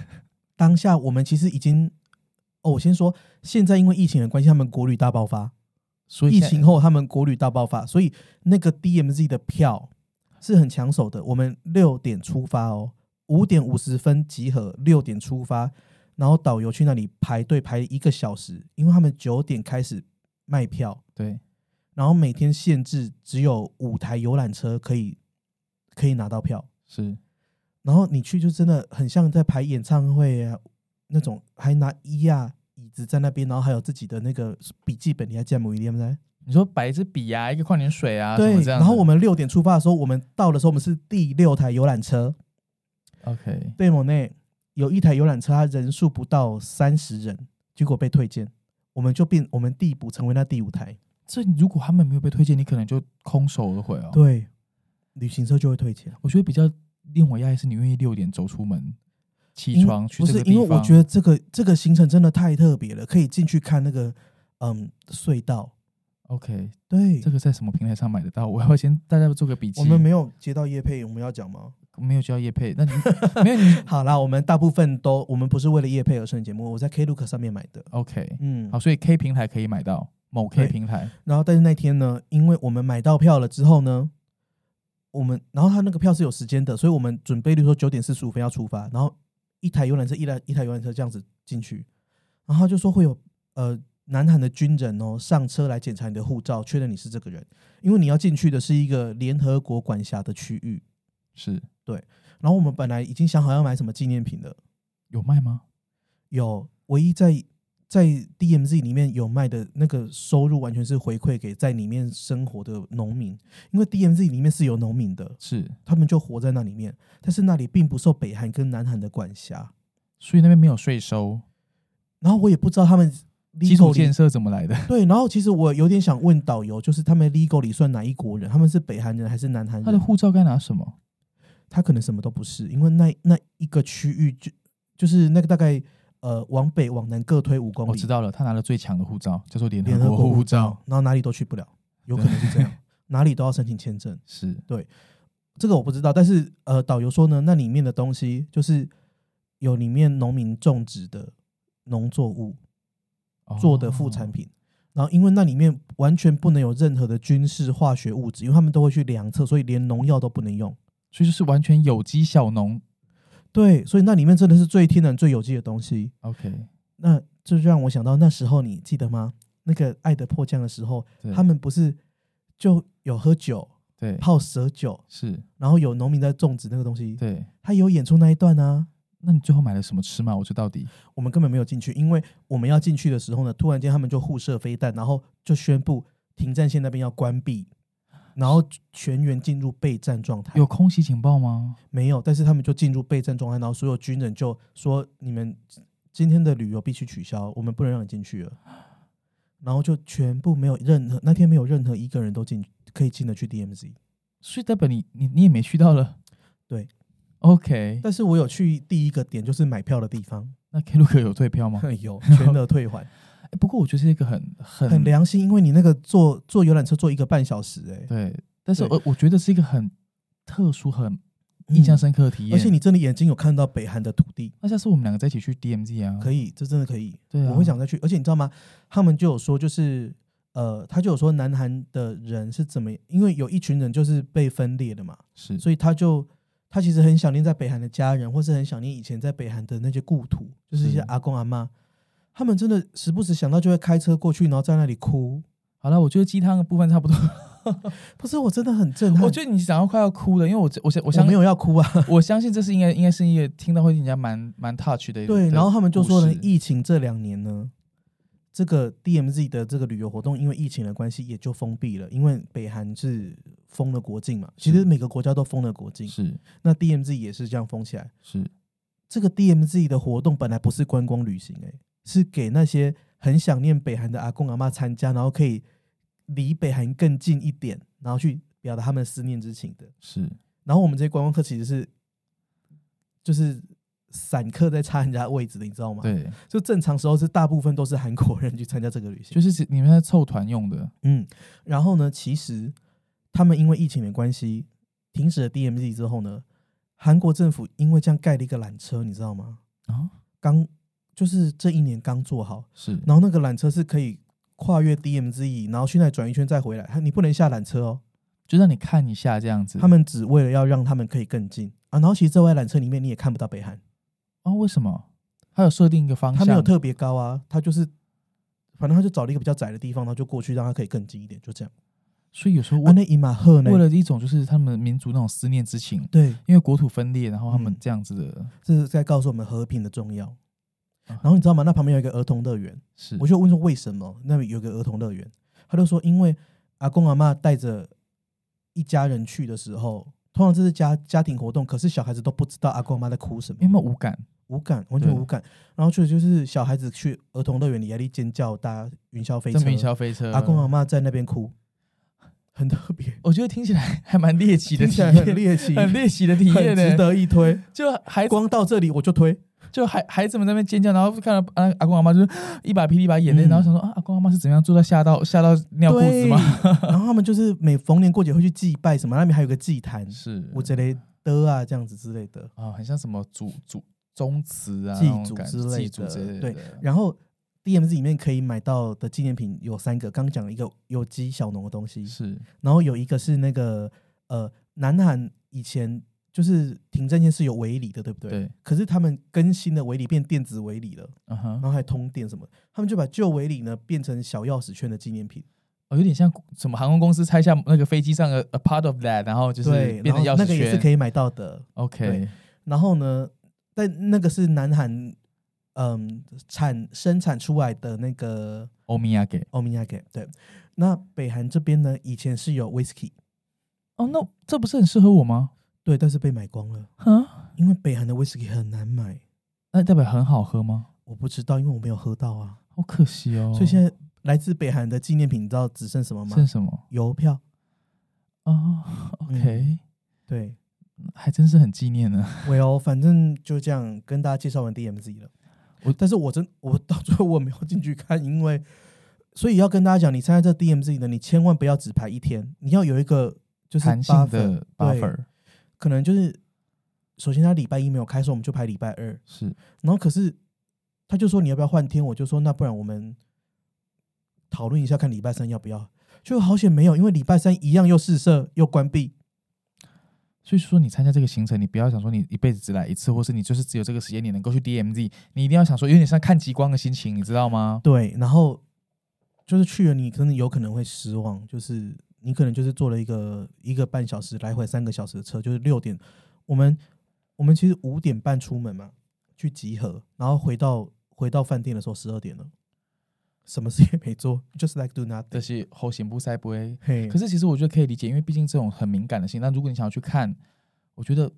当下我们其实已经，哦，我先说，现在因为疫情的关系，他们国旅大爆发，
所以
疫
现在
情后他们国旅大爆发，所以那个 DMZ 的票是很抢手的。我们六点出发哦，五点五十分集合，六点出发，然后导游去那里排队排一个小时，因为他们九点开始卖票，
对
然后每天限制只有五台游览车可以可以拿到票，
是
然后你去就真的很像在排演唱会啊那种，还拿椅啊椅子在那边，然后还有自己的那个笔记本，你还记得母一点不？
你说摆一支笔啊，一个矿泉水啊，什
对
么，这样
然
的。
后我们六点出发的时候，我们到的时候我们是第六台游览车，
OK，
对某内有一台游览车，它人数不到三十人，结果被推荐，我们就变我们递补成为那第五台，
这如果他们没有被推荐，你可能就空手而回哦。，
对，旅行社就会退钱。
我觉得比较令我讶异是，你愿意六点走出门，起
因
床去
不
这
是
个地
因
方。
为我觉得这个这个行程真的太特别了，可以进去看那个嗯隧道。
OK，
对
这，个在什么平台上买得到？我要先大家做个笔记。
我们没有接到叶配，我们要讲吗？
没有交业配，那你没有你
好啦，我们大部分都我们不是为了叶配而上节目，我在 Klook 上面买的。
OK
嗯，
哦好，所以 K 平台可以买到某 K
对
平台
然后但是那天呢，因为我们买到票了之后呢，我们然后他那个票是有时间的，所以我们准备，例如说九点四十五分要出发，然后一台游览车一台一台游览车这样子进去，然后他就说会有呃南韩的军人哦上车来检查你的护照，确认你是这个人，因为你要进去的是一个联合国管辖的区域。
是
然后我们本来已经想好要买什么纪念品了，
有卖吗？
有唯一在在 DMZ 里面有卖的那个收入，完全是回馈给在里面生活的农民，因为 DMZ 里面是有农民的，
是，
他们就活在那里面，但是那里并不受北韩跟南韩的管辖。
所以那边没有税收，
然后我也不知道他们
基础
legal
建
里
设怎么来的？
对，然后其实我有点想问导游，就是他们 legal 里算哪一国人？他们是北韩人还是南韩
他的
人？
护照该拿什么？
他可能什么都不是，因为那那一个区域就就是那个大概呃往北往南各推五公里，
我知道了，他拿了最强的护照，叫做联
联合
合
国
国
护
护照。
然后哪里都去不 了，有可能是这样，哪里都要申请签证。
是
这个我不知道，但是呃，导游说呢，那里面的东西就是有里面农民种植的农作物
哦
做的副产品。然后，因为那里面完全不能有任何的军事化学物质，因为他们都会去量测，所以连农药都不能用。
所以就是完全有机小农。
对，所以那里面真的是最天然、最有机的东西。
OK，
那这就让我想到那时候，你记得吗？那个《爱的迫降》的时候，
对
他们不是就有喝酒、
对，
泡蛇酒，
是，
然后有农民在种植那个东西，
对。
他有演出那一段啊。
那你最后买了什么吃吗？我知到底
我们根本没有进去，因为我们要进去的时候呢，突然间他们就互射飞弹，然后就宣布停战线那边要关闭，然后全员进入备战状态。
有空袭警报吗？
没有？但是他们就进入备战状态，然后所有军人就说：“你们今天的旅游必须取消，我们不能让你进去了。”然后就全部没有任何那天没有任何一个人都进可以进得去 DMZ。
所以代表你你你也没去到了。
对
，OK，
但是我有去第一个点，就是买票的地 方，
那 K 路克有退票吗？
有全额退还，
欸不过我觉得是一个很很
很良心，因为你那个坐坐游览车坐一个半小时、欸，
对，但是
对嗯
我我觉得是一个很特殊、很印象深刻的体验。
而且你真的眼睛有看到北韩的土地，
那下次我们两个在一起去 DMZ 啊，
可
以
以，这真的可以。
对啊
我会想再去。而且你知道吗？他们就有说，就是呃，他就有说南韩的人是怎么，因为有一群人就是被分裂的嘛，
是
所以他就他其实很想念在北韩的家人，或是很想念以前在北韩的那些故土，就是一些
是
阿公阿妈。他们真的时不时想到就会开车过去，然后在那里哭。
好了，我觉得鸡汤的部分 差不多。
不是，我真的很震撼。
我觉得你想要快要哭了，因为我我相我
我
相
没
信
有要哭啊。
我相信这是应该应该是一个听到会人家蛮蛮 touch 的一个。
对，
的
然后他们就
故
说呢
事，
疫情这两年呢，这个 DMZ 的这个旅游活动因为疫情的关系也就封闭了，因为北韩是封了国境嘛，其实每个国家都封了国境，
是
那 DMZ 也是这样封起来。
是
这个 DMZ 的活动本来不是观光旅行、欸，是给那些很想念北韩的阿公阿妈参加，然后可以离北韩更近一点，然后去表达他们思念之情的。
是，
然后我们这些观光客其实是就是散客在插人家位置的，你知道吗？
对，
就正常时候是大部分都是韩国人去参加这个旅行，
就是指你们在凑团用的，
嗯，然后呢，其实他们因为疫情的关系停止了 DMZ 之后呢，韩国政府因为这样盖了一个缆车，你知道吗？
啊，
刚就是这一年刚做好，
是
然后那个缆车是可以跨越 DMZ，然后去那里转一圈再回来，它你不能下缆车哦，
就让你看一下这样子。
他们只为了要让他们可以更近啊。然后其实这外缆车里面你也看不到北韩，
哦，为什么？他有设定一个方
它
向，
没有特别高啊，它就是反正他就找了一个比较窄的地方，然后就过去让它可以更近一点，就这样。
所以有时候
啊，
为
那伊马赫呢？
为了一种就是他们民族那种思念之情，
对，
因为国土分裂，然后他们
嗯
这样子的，
这是在告诉我们和平的重要。
啊
然后你知道吗？那旁边有一个儿童乐园，
是
我就问说为什么那里有个儿童乐园？他就说因为阿公阿妈带着一家人去的时候，通常这是家家庭活动，可是小孩子都不知道阿公阿妈在哭什么
有，没有无感？
无感，完全
对
无感。然后去就是小孩子去儿童乐园里还在尖叫，搭云霄飞
这
车，
么云霄飞车，
阿公阿啊妈在那边哭，很特别，
我觉得听起来 还蛮猎奇的
听
体
起来
验，
很猎奇，
很猎奇的体
很
验
值
呢。
得一推。
就孩子
光到这里我就推，
就孩孩子们在那边尖叫，然后看到阿阿公阿妈就是一把鼻涕一把眼泪，
嗯
然后想说啊，阿公阿妈是怎么样做到吓到吓到尿裤子
对，
吗？
然后他们就是每逢年过节会去祭拜什么，那边还有个祭坛，
是，
我这类的啊这样子之类的。
啊，很像什么祖祖宗祠啊，
祭
那种
祖
感
之类
祭祖
的
之类
对
的
然后 DMZ 里面可以买到的纪念品有三个，刚讲了一个有机小农的东西，
是
然后有一个是那个呃，南韩以前就是停战线是有围篱的，对不对？
对，
可是他们更新的围篱变电子围篱了，
嗯
然
哼，
后还通电什么，他们就把旧围篱呢变成小钥匙圈的纪念品。
哦，有点像什么航空公司拆下那个飞机上的 a part of that，然后就是
对，
变
然
成
后那
钥匙圈，
个也是可以买到的。
OK
对然后呢，但那个是南韩，嗯，产生产出来的那个
欧米亚给
欧米亚给对。那北韩这边呢，以前是有 whisky，
哦，那这不是很适合我吗？
对，但是被买光了，
啊，
因为北韩的 whisky 很难买，
那代表很好喝吗？
我不知道，因为我没有喝到啊。
好可惜哦。
所以现在来自北韩的纪念品，你知道只剩什么吗嗯
剩？什么
邮票。
哦 OK，、
对
还真是很纪念呢。
，Well，反正就这样跟大家介绍完 DMZ 了。
我
但是我真我到最后我没有进去看，因为所以要跟大家讲，你参加这 DMZ 呢，你千万不要只排一天，你要有一个就是
弹性的
buffer，对
buffer
可能就是首先他礼拜一没有开，所以我们就排礼拜二，
是
然后可是他就说你要不要换天？我就说那不然我们讨论一下，看礼拜三要不要。就好险没有，因为礼拜三一样又试射又关闭。
所以说，你参加这个行程，你不要想说你一辈子只来一次，或是你就是只有这个时间你能够去 DMZ，你一定要想说，有点像看极光的心情，你知道吗？
对，然后就是去了，你可能有可能会失望，就是你可能就是坐了一个一个半小时来回三个小时的车，就是六点，我们我们其实五点半出门嘛，去集合，然后回到回到饭店的时候十二点了，什么事也没做，just like do
这
nothing。
些后行不塞不会。
嘿，
可是其实我觉得可以理解，因为毕竟这种很敏感的事情，那如果你想要去看，我觉得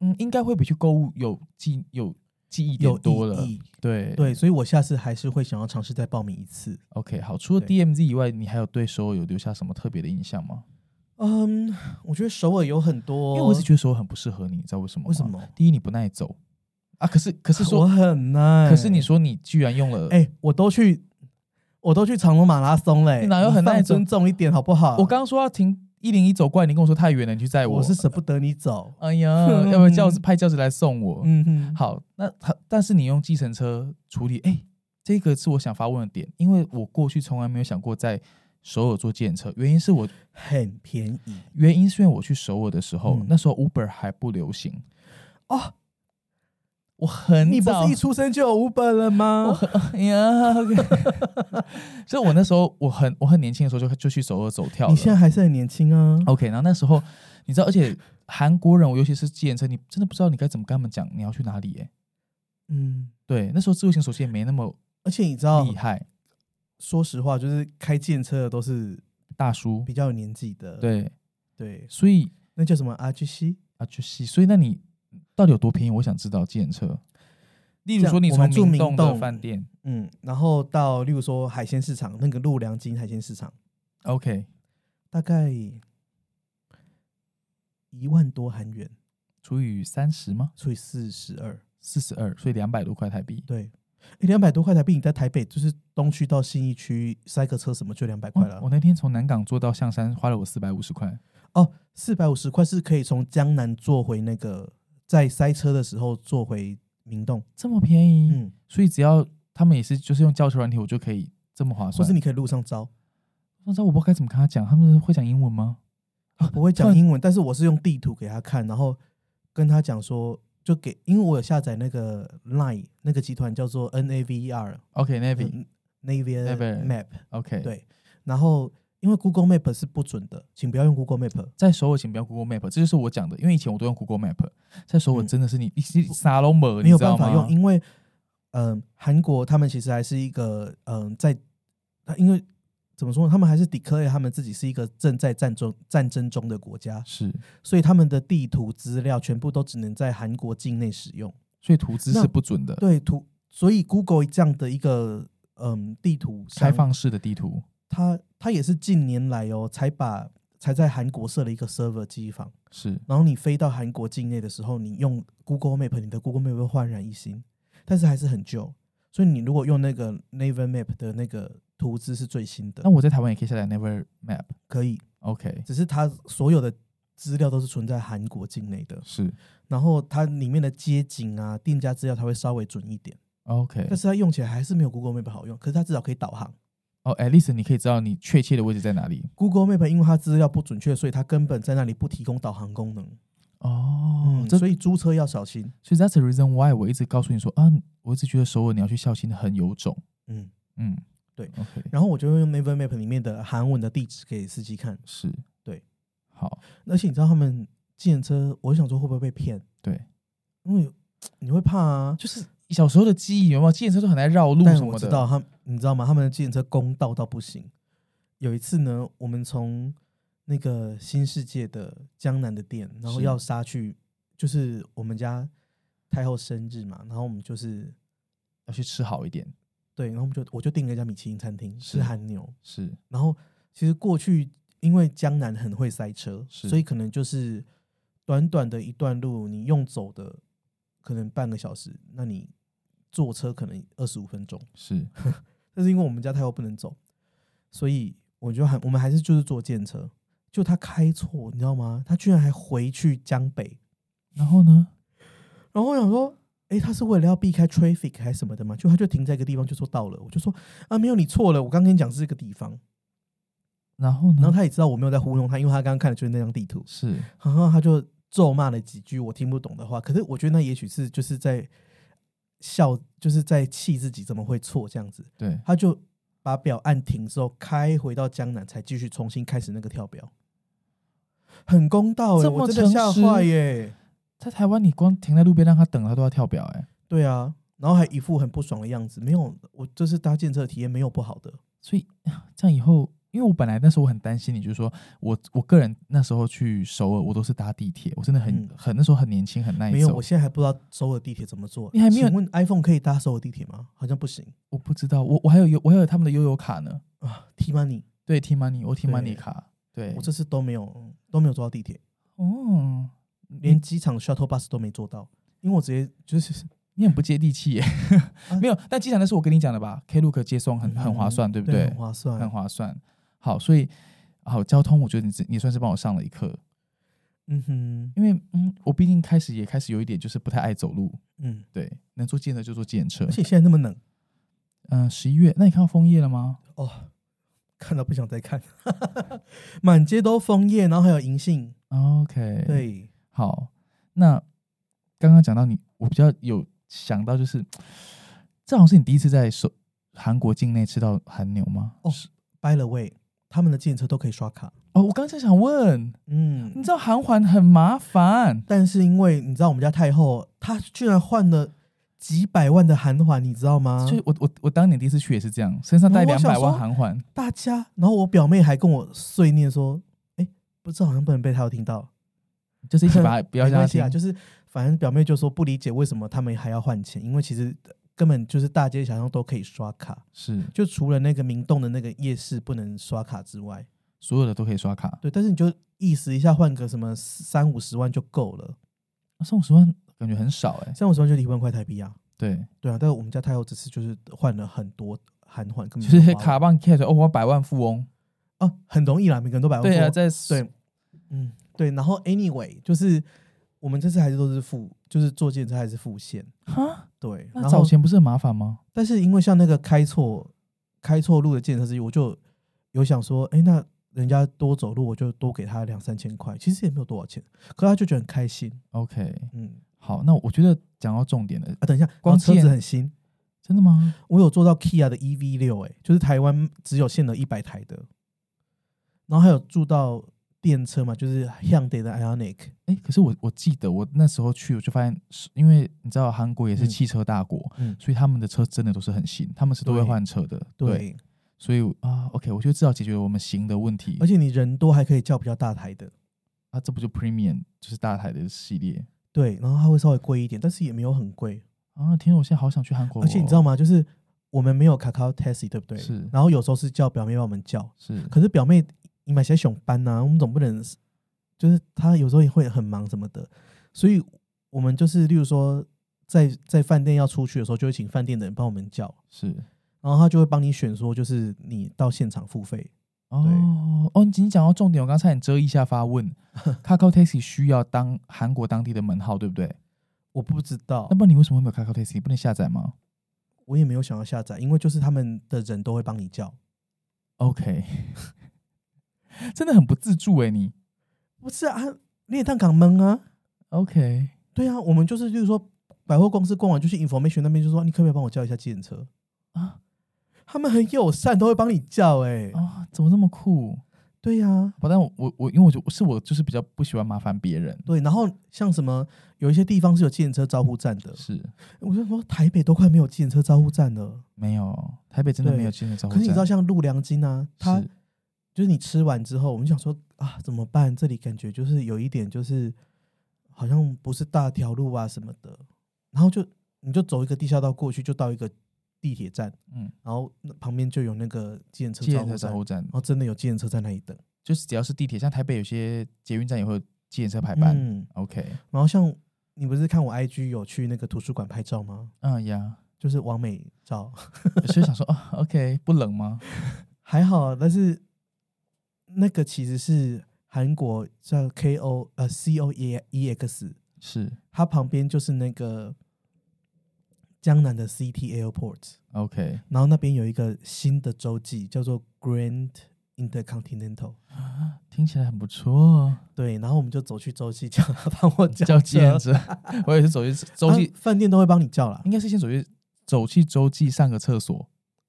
嗯，应该会比去购物有记有记忆点
有
多
意
了。
义
对
对，所以我下次还是会想要尝试再报名一次。
，OK，好。除
嗯
了
对
DMZ 以外，你还有对首尔有留下什么特别的印象吗？
嗯，我觉得首尔有很多，
因为我是觉得首尔很不适合你，你知道为什么吗？
为什么？
第一，你不耐走啊。可是可是
我
说，
很难。
可是你说你居然用了，
哎、我都去，我都去长隆马拉松嘞、
你哪有很耐
放
走
尊重一点好不好？
我刚刚说要停一零一走过来，你跟我说太远了，你去载
我
我
是舍不得你走，
哎呀，要不要叫派轿子来送我？
嗯哼，
好，那他但是你用计程车处理，哎、这个是我想发问的点，因为我过去从来没有想过在首尔坐计程车，原因是我
很便宜
原因是因为我去首尔的时候，
嗯
那时候 Uber 还不流行，
哦。
我很
你不
早
是一出生就有五本了
我
吗？
很 哎呀，OK，所 以我那时候我很我很年轻的时候就就去首尔走跳了，
你现在还是很年轻啊。
OK，然后那时候你知道，而且韩国人，我尤其是计程车，你真的不知道你该怎么跟他们讲你要去哪里、欸。
嗯，
对，那时候智慧型手机也没那么
而且你知道
厉，害，
说实话，就是开电车的都是
大叔。
比较有年纪的。
对，
对，
所以
那叫什么 RGC？
啊，就是，所以那你到底有多便宜？我想知道计程车。例如
这
说，
样
你
我
从
们住
明
明
洞的
洞
饭店
嗯，然后到例如说海鲜市场那个陆良金海鲜市场，
，OK，
大概一万多韩元
除以三十吗？
除以四十二，
四十二，所以两百多块台币。
对，两百多块台币，你在台北就是东区到信义区塞个车什么就两百块
哇
了
我。那天从南港坐到象山，花了我四百五十块。
哦，四百五十块是可以从江南坐回那个，在塞车的时候坐回明洞，
这么便宜，
嗯，
所以只要他们也是就是用轿车软体，我就可以这么划
或
算。
是你可以路上 招。
那时候我不知道该怎么跟他讲，他们会讲英文吗？
我不会
突
讲
然
英文，但是我是用地图给他看，然后跟他讲说，就给，因为我有下载那个 Line 那个集团叫做 NAVER
OK Navy
E 嗯 Navy
Naver
Map，
OK
对然后因为 Google Map 是不准的，请不要用 Google Map。
在首尔请不要 Google Map，这就是我讲的，因为以前我都用 Google Map，在首尔
嗯
真的是你你啥都没有，
没
你
有
知道
办法
吗
用，？因为嗯、韩国他们其实还是一个嗯、在，啊因为怎么说呢，他们还是 declare 他们自己是一个正在战中战争中的国家，
是，
所以他们的地图资料全部都只能在韩国境内使用。
所以图资
那
是不准的，
对图，所以 Google 这样的一个嗯地图商
开，放式的地图
它它也是近年来哦才把才在韩国设了一个 server 机房，
是
然后你飞到韩国境内的时候，你用 Google Map，你的 Google Map 会焕然一新，但是还是很旧。所以你如果用那个 Naver Map 的那个图资是最新的
那，我在台湾也可以下载 Never Map。
可以，
OK，
只是它所有的资料都是存在韩国境内的，
是
然后它里面的街景啊、店家资料它会稍微准一点，
OK
但。是它用起来还是没有 Google Map 好用，可是它至少可以导航。
哦，at least 你可以知道你确切的位置在哪里。
Google Map 因为它资料不准确，所以它根本在那里不提供导航功能。
哦
嗯，
这所
所以租车要小心。
以 that's the reason why 我一直告诉你说啊，我一直觉得首尔你要去孝心很有种。
嗯，
嗯，
对
，OK，
然后我就会用 Naver Map 里面的韩文的地址给司机看。
是，
对，
好，
而且你知道他们计程车，我想说会不会被骗？
对。
因为你会怕啊。
就是小时候的记忆，有没有？计程车都很爱绕路什
但
么
我
的。
知道他，你知道吗？他们的计程车公道到不行。有一次呢，我们从那个新世界的江南的店，然后
是
要杀去，就是我们家太后生日嘛，然后我们就是
要去吃好一点，
对，然后我们就我就订了一家米其林餐厅
是
吃韩牛，
是
然后其实过去因为江南很会塞车，
是
所以可能就是短短的一段路，你用走的可能半个小时，那你坐车可能二十五分钟。
是
但是因为我们家太后不能走，所以我就还我们还是就是坐电车。就他开错，你知道吗？他居然还回去江北，
然后呢？
然后我想说，哎、诶，他是为了要避开 traffic 还是什么的嘛？就他就停在一个地方，就说到了，我就说啊，没有，你错了，我刚跟你讲是这个地方。
然后呢？
然后他也知道我没有在糊弄他，因为他刚刚看的就是那张地图，
是
然后他就咒骂了几句我听不懂的话。可是我觉得那也许是就是在笑，就是在气自己怎么会错这样子。
对，
他就把表按停之后，开回到江南，才继续重新开始那个跳表，很公道哎、
这么
我真的吓坏耶、
在台湾你光停在路边让他等，他都要跳表哎、
对啊，然后还一副很不爽的样子，没有，我这是搭建车的体验，没有不好的。
所以这样以后，因为我本来那时候我很担心你，就是说我我个人那时候去首尔，我都是搭地铁，我真的很、
嗯
很那时候很年轻很耐
没有，
受
我，现在还不知道首尔地铁怎么做。
你还没有
请问 iPhone 可以搭首尔地铁吗？好像不行
我不知道，我我还有悠我还有他们的悠游卡呢，
啊。T money，
对 T Money 我 T
对
Money 卡，对，
我这次都没有都没有坐到地铁，
哦，
连机场 shuttle bus 都没坐到，因为我直接就是
你很不接地气耶，
啊 嗯
没有，但机场那是我跟你讲的吧，Klook 接送很很划算，对不对
很？划算，
很划算，好，所以好交通，我觉得你你算是帮我上了一课，
嗯哼，
因为嗯，我毕竟开始也开始有一点就是不太爱走路，
嗯。
对，能坐电车就坐电车
而，且现在那么冷
嗯，十一月，那你看到枫叶了吗？
哦，看到不想再看， 满街都枫叶，然后还有银杏，
OK，，
对，
好，那刚刚讲到你，我比较有想到就是，这好像是你第一次在首韩国境内吃到韩牛吗？
哦
是
，by the way，他们的计程车都可以刷卡，
哦，我刚才想问，你
嗯，
知道韩环很麻烦，
但是因为你知道我们家太后，她居然换了几百万的韩环，你知道吗？
就是我我我当年第一次去也是这样，身上带
然后啊哦我
两
想
百万
说
韩环，
大家，然后我表妹还跟我碎念说，哎，不知道好像不能被太后听到，
就是一起 把它不要
没关
让他
系
听
啊，，就是反正表妹就说不理解为什么他们还要换钱，因为其实根本就是大街小巷都可以刷卡，
是
就除了那个明洞的那个夜市不能刷卡之外，
所有的都可以刷卡，
对，但是你就意思一下换个什么三五十万就够了，
送五十万感觉很少哎、
三五十万就一万块台币啊，
对，
对啊，但是我们家太后这次就是换了很多韩换，根
就
本没有
是
花
卡棒 catch 哦，我百万富翁，
哦、很容易啦，每个人都百万
对啊，
富翁
在
对，嗯，对。然后 anyway，就是我们这次还是都是付，就是坐电车还是付现。
哈，
对，然
那
后
找钱不是很麻烦吗？
但是因为像那个开错开错路的建设司机，我就有想说，哎、那人家多走路，我就多给他两三千块，其实也没有多少钱，可他就觉得很开心。
OK，
嗯，
好，那我觉得讲到重点了，
啊，等一下，
光
光车子
见
很新，
真的吗？
我有做到 Kia 的 EV 六，哎，就是台湾只有限额一百台的，然后还有住到电车嘛，就是 Hyundai 的 Ionic，
哎、可是我我记得我那时候去，我就发现是，因为你知道韩国也是
嗯
汽车大国，
嗯，
所以他们的车真的都是很新，他们是都会
对
换车的，
对，
所以啊，OK，我觉得至少解决了我们行的问题
而，且你人多还可以叫比较大台的，
啊，这不就 Premium 就是大台的系列
对，然后它会稍微贵一点，但是也没有很贵，
啊？天啊，我现在好想去韩国、哦
而且你知道？吗？就是我们没有 Kakao Taxi，对不对？
是
然后有时候是叫表妹帮我们叫，
是
可是表妹你买些熊班啊呐、我们总不能就是她有时候也会很忙什么的，所以我们就是例如说在在饭店要出去的时候，就会请饭店的人帮我们叫，
是
然后他就会帮你选说，就是你到现场付费。
哦哦，你仅讲到重点，我刚才你遮一下发问 ，Kakao Taxi 需要当韩国当地的门号，对不对？
我不知道
那，么你为什么会没有 Kakao Taxi？不能下载吗
我也没有想要下载，因为就是他们的人都会帮你叫。
？OK，真的很不自助哎、你
不是啊，你也当港闷啊？
OK
对啊，我们就是就是说百货公司逛完就去 information 那边就说你可不可以帮我叫一下计程车？
啊
他们很友善，都会帮你叫哎、
啊，怎么这么酷？
对啊呀、
不但我我我，因为我就是我就是比较不喜欢麻烦别人，
对，然后像什么有一些地方是有计程车招呼站的，
是
我就说台北都快没有计程车招呼站了。
没有台北真的
对
没有亲人照顾
可是你知道
站
像陆良金啊，他
是
就是你吃完之后，我们就想说啊怎么办？这里感觉就是有一点就是好像不是大条路啊什么的，然后就你就走一个地下道过去，就到一个地铁站，
嗯，
然后那旁边就有那个计程车
亲
招
人
呼
照
站，
顾站
然后真的有计程车在那里等。
就是只要是地铁，像台北有些捷运站也会有计程车排班。
嗯，
OK，
然后像你不是看我 IG 有去那个图书馆拍照吗？
嗯呀，
就是完美照，
所以想说啊，OK，不冷吗？
还好啊，但是那个其实是韩国叫 K O 呃 C O E E X，
是
它旁边就是那个江南的 City Airport，
OK，
然后那边有一个新的洲际叫做 Grand Intercontinental，
听起来很不错。哦
对，然后我们就走去洲际叫他帮我叫
叫纪念
车
者， 我也是走去周
啊
记，
饭店都会帮你叫啦，
应该是先走去走去周记上个厕所，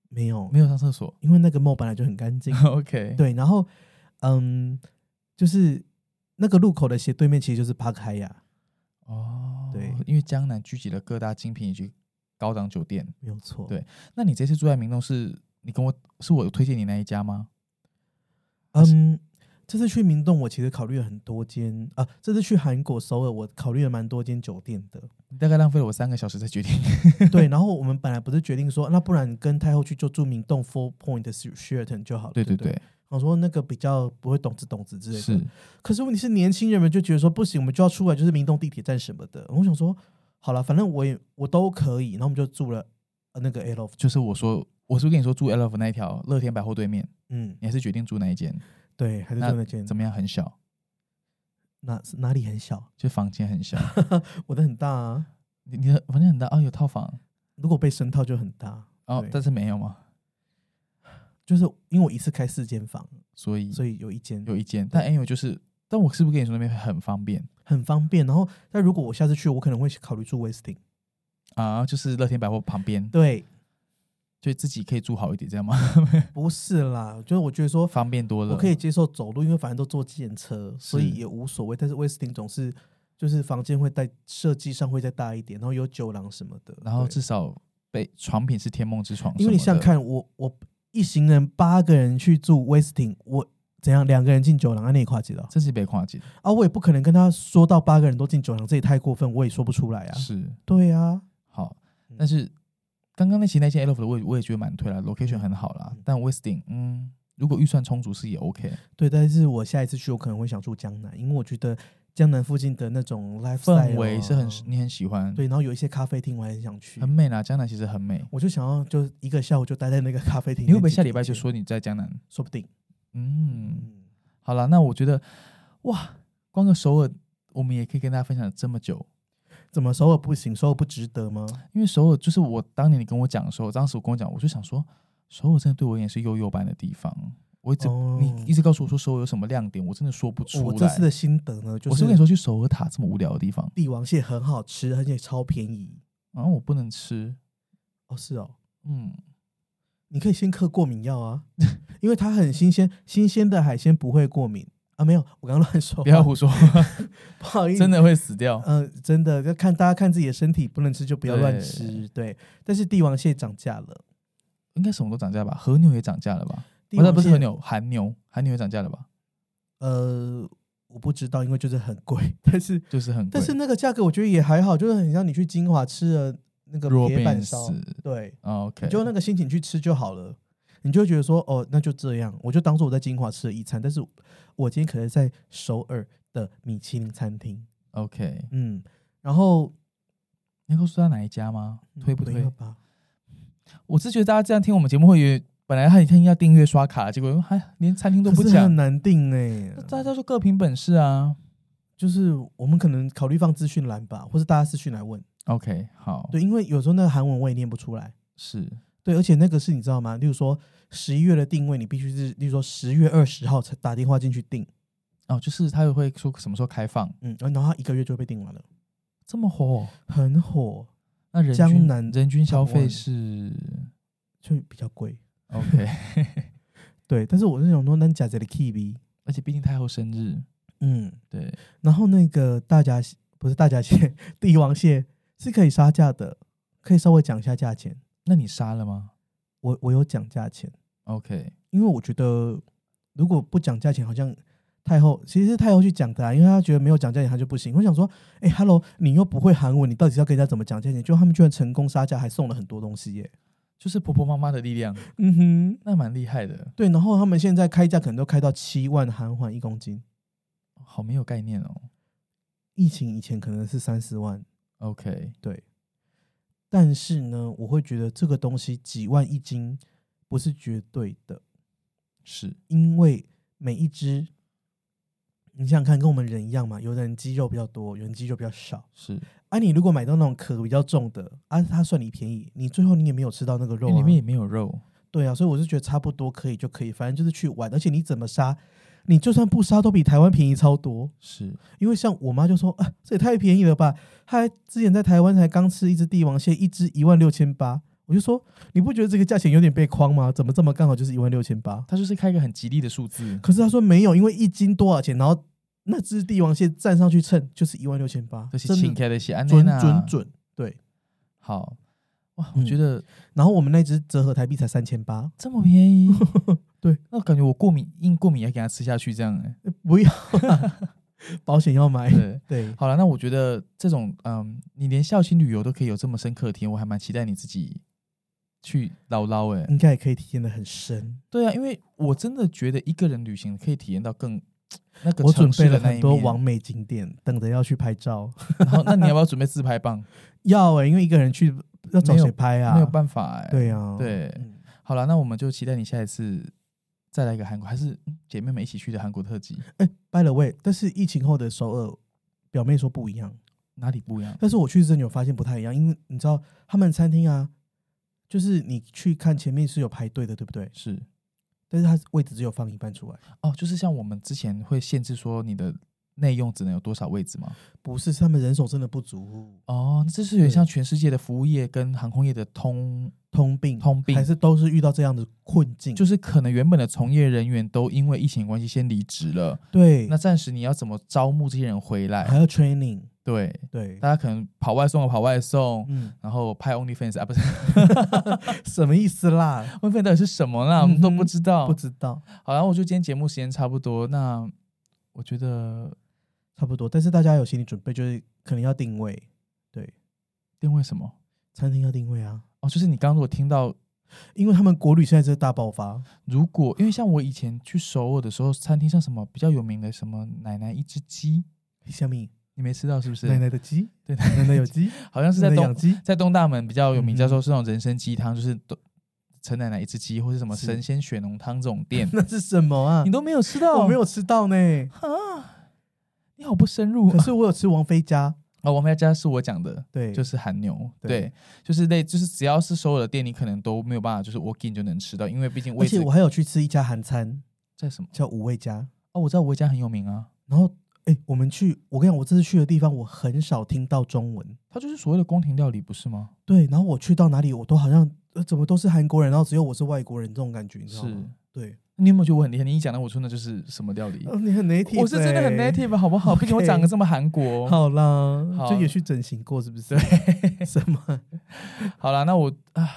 没有，
没有上厕所。
因为那个梦本来就很干净，
OK，
对，然后嗯，就是那个路口的斜对面其实就是帕克海亚，
哦，
对
因为江南聚集了各大精品以及高档酒店。
没有错，
对那你这次住在明洞是，你跟我是我有推荐你那一家吗？
嗯，这次去明洞，我其实考虑了很多间啊。这次去韩国首尔，我考虑了蛮多间酒店的。
你大概浪费了我三个小时才 决定。
对，然后我们本来不是决定说，那不然跟太后去就住明洞 Four Point Sheraton 就好了。
对
对
对对，
我说那个比较不会懂字懂字之类的。
是
可是问题是，年轻人们就觉得说不行，我们就要出来，就是明洞地铁站什么的。我想说，好了，反正我也我都可以。然后我们就住了、呃、那个 a l o f
就是我说，我是不是跟你说住 L F 那一条乐天百货对面，
嗯，
你还是决定住那一间？
对，还是住那间，
怎么样？很小，
哪哪里很小，
就房间很小。
我的很大啊。
你你的房间很大哦，有套房
如果被声套就很大，
哦
对，
但是没有嘛，
就是因为我一次开四间房，
所以
所以有一间
有一间。但 anyway 就是，但我是不是跟你说那边很方便
很方便。然后，但如果我下次去，我可能会考虑住 Westin。
啊？就是乐天百货旁边，
对，
就自己可以住好一点，这样吗？
不是啦，就是我觉得说
方便多了。
我可以接受走路，因为反正都坐计程车，所以也无所谓。但是 Westin 总是就是房间会在设计上会再大一点，然后有酒廊什么的。
然后
对
至少被床品是天梦之床什么的，
因为你想想看，我我一行人八个人去住 Westin，我怎样两个人进酒廊，啊那也跨级了
这是被跨界，
啊！我也不可能跟他说到八个人都进酒廊，这也太过分，我也说不出来啊。
是
对啊，
好
嗯。
但是刚刚那期那间 Elf 的，我也我也觉得蛮推啦，location 很好啦
嗯。
但 Westing，嗯，如果预算充足是也 OK，
对，但是我下一次去，我可能会想住江南，因为我觉得江南附近的那种 lifestyle
氛围是很
啊
你很喜欢，
对，，然后有一些咖啡厅我还很想去
嗯很，美啦。江南其实很美。
我就想要就一个下午就待在那个咖啡厅。
你会不会下礼拜就？说你在江南？
说不定。
嗯，
嗯，
好了，那我觉得哇，光个首尔，我们也可以跟大家分享这么久，
怎么首尔不行？首尔不值得吗？
因为首尔就是我当年你跟我讲的时候，当时我跟我讲，我就想说，首尔真的对我而言是幼幼班的地方。我一直、
哦
你一直告诉我说首尔有什么亮点，我真的说不出来。
我这次的心得呢，就
我是
是
跟你说去首尔塔这么无聊的地方，
帝王蟹很好吃，而且超便宜。
然后我不能吃，
哦，是哦，
嗯，
你可以先嗑过敏药啊， 因为它很新鲜，新鲜的海鲜不会过敏啊。没有，我刚刚乱说话，
不要胡 说，
不好意思，
真的会死掉。
嗯，真的要看大家看自己的身体，不能吃就不要乱
对
吃。对，但是帝王蟹涨价了，
应该什么都涨价吧？和牛也涨价了吧？
帝
不是
王
不是
蟹
和，牛，韩牛，韩牛也涨价了吧？
呃，我不知道，因为就是很贵，但是
就是很贵，
但是那个价格我觉得也还好，就是很像你去金华吃了那个
若
铁板
变
烧，
死
对，
哦，OK，
你就那个心情去吃就好了。你就会觉得说，哦，那就这样，我就当做我在金华吃了一餐，但是我今天可能在首尔的米其林餐厅，
OK，
嗯，然后
你要告诉他哪一家吗？推不
嗯没
推
有？吧？
我是觉得大家这样听我们节目会有，本来他一定要订阅刷卡，结果还连餐厅都
可
不
是
讲
很，难定哎、
大家就各凭本事啊。
就是我们可能考虑放资讯栏吧，或是大家私讯来问。
哦 OK，好，
对，因为有时候那个韩文我也念不出来。
是
对，而且那个是你知道吗？例如说十一月的定位，你必须是，例如说十月二十号才打电话进去定，
哦，就是他会说什么时候开放，
嗯，然后它一个月就被定完了，
这么火，哦
很火，
那人
江
均
南
人均消
台
费
湾
是
就比较贵。
OK，
对，但是我是想说，那假这里 K B，
而且毕竟太后生日，
嗯，
对，
然后那个大闸蟹不是大闸蟹，帝王蟹是可以杀价的，可以稍微讲一下价钱。
那你杀了吗
我我有讲价钱。
？OK，
因为我觉得如果不讲价钱，好像太后其实是太后去讲的啊，因为她觉得没有讲价钱她就不行。我想说，哎、h e l l o 你又不会韩文，你到底是要跟人家怎么讲价钱？就他们居然成功杀价，还送了很多东西耶。
就是婆婆妈妈的力量，
嗯哼，
那蛮厉害的，
对。然后他们现在开价可能都开到七万韩元一公斤，
好没有概念哦。
疫情以前可能是三四万，
OK，
对。但是呢，我会觉得这个东西几万一斤不是绝对的，
是
因为每一只你想想看，跟我们人一样嘛，有的人肌肉比较多，有人肌肉比较少。
是，
啊，你如果买到那种壳比较重的，啊，它算你便宜，你最后你也没有吃到那个肉、
因
啊，
为里哎面也没有肉，
对啊，所以我是觉得差不多可以就可以，反正就是去玩，而且你怎么杀，你就算不杀都比台湾便宜超多。
是
因为像我妈就说啊，这也太便宜了吧！她还之前在台湾才刚吃一只帝王蟹，一只一万六千八，我就说你不觉得这个价钱有点被框吗？怎么这么刚好就是一万六千八？
它就是开一个很吉利的数字，
可是她说没有，因为一斤多少钱，然后那只帝王蟹站上去称就是一万六千八，
这是
真
请
的
开的啊写安内
准
娜
准准对。
好哇，
嗯
我觉得
然后我们那只折合台币才三千八，
这么便宜，
对，
那我感觉我过敏，硬过敏也给它吃下去这样哎、
不要啊 保险要买。
对。
对，
好了，那我觉得这种，嗯，你连孝心旅游都可以有这么深刻的体验，我还蛮期待你自己去唠唠哎、
应该也可以体验的很深。
对啊，因为我真的觉得一个人旅行可以体验到更那个
我准
城市
备了
的那
很
一
多
面
完，美景点，等着要去拍照。
然后那你要不要准备自 拍棒？
要哎、因为一个人去要找
没有
谁拍啊？
没有办法哎、
对啊，
对
嗯
好了，那我们就期待你下一次再来一个韩国，还是嗯姐妹们一起去的韩国特辑，
哎、b y the way，但是疫情后的首尔，表妹说不一样，
哪里不一样？
但是我去之前有发现不太一样，因为你知道他们餐厅啊，就是你去看前面是有排队的，对不对？
是
但是它位置只有放一半出来，
哦，就是像我们之前会限制说你的内用只能有多少位置吗？
不是是他们人手真的不足，
哦，那这是有点
对
像全世界的服务业跟航空业的通，
通病
通病
还是都是遇到这样的困境，
就是可能原本的从业人员都因为疫情关系先离职了，
对，
那暂时你要怎么招募这些人
还
回来？
要 training，
对，
对，
大家可能跑外送啊，跑外送，
嗯，
然后拍 OnlyFans 啊，不是
什么意思啦？
OnlyFans 到底是什么啦？我们都
嗯
不
哼
知道。
不知道，
好啦，然后我觉得今天节目时间差不多，那我觉得
差不多。但是大家有心理准备，就是可能要定位，对，
定位什么？
餐厅要定位啊，
哦，就是你刚刚如果听到，
因为他们国旅现在是大爆发，
如果因为像我以前去首尔的时候，餐厅像什么比较有名的什么奶奶一只鸡，
下面
你没吃到是不是？
奶奶的 鸡，
对
奶奶有鸡，
好像是在
奶奶
东
养鸡，
在东大门比较有名，
嗯哼
叫做是那种人参鸡汤，就是都陈奶奶一只鸡，或是什么
是，
神仙血浓汤这种店
那是什么啊
你？都没有吃到，
我没有吃到 呢，
啊，你好不深入
可。是我有吃王菲家，
啊，王菲家是我讲的，
对，
就是韩牛，
对
对，就是类，就是只要是首尔的店，你可能都没有办法，就是 walk in 就能吃到，因为毕竟
而
位
且
置
我还有去吃一家韩餐，
在什么？
叫五味家，
哦，我知道我家很有名啊，
然后哎、我们去，我跟你讲，我这次去的地方我很少听到中文，
它就是所谓的宫廷料理，不是吗？
对，然后我去到哪里，我都好像、呃、怎么都是韩国人，然后只有我是外国人这种感觉，你知道
是
吗？。对，
你有没有觉得我很厉害？你一讲到我说那就是什么料理，
哦你很 native，
我是真的很
欸
native 好不好？毕竟我
OK
长得这么韩国。
好啦，
好啊
就也去整形过是不是？ 什 么？
好啦，那我啊，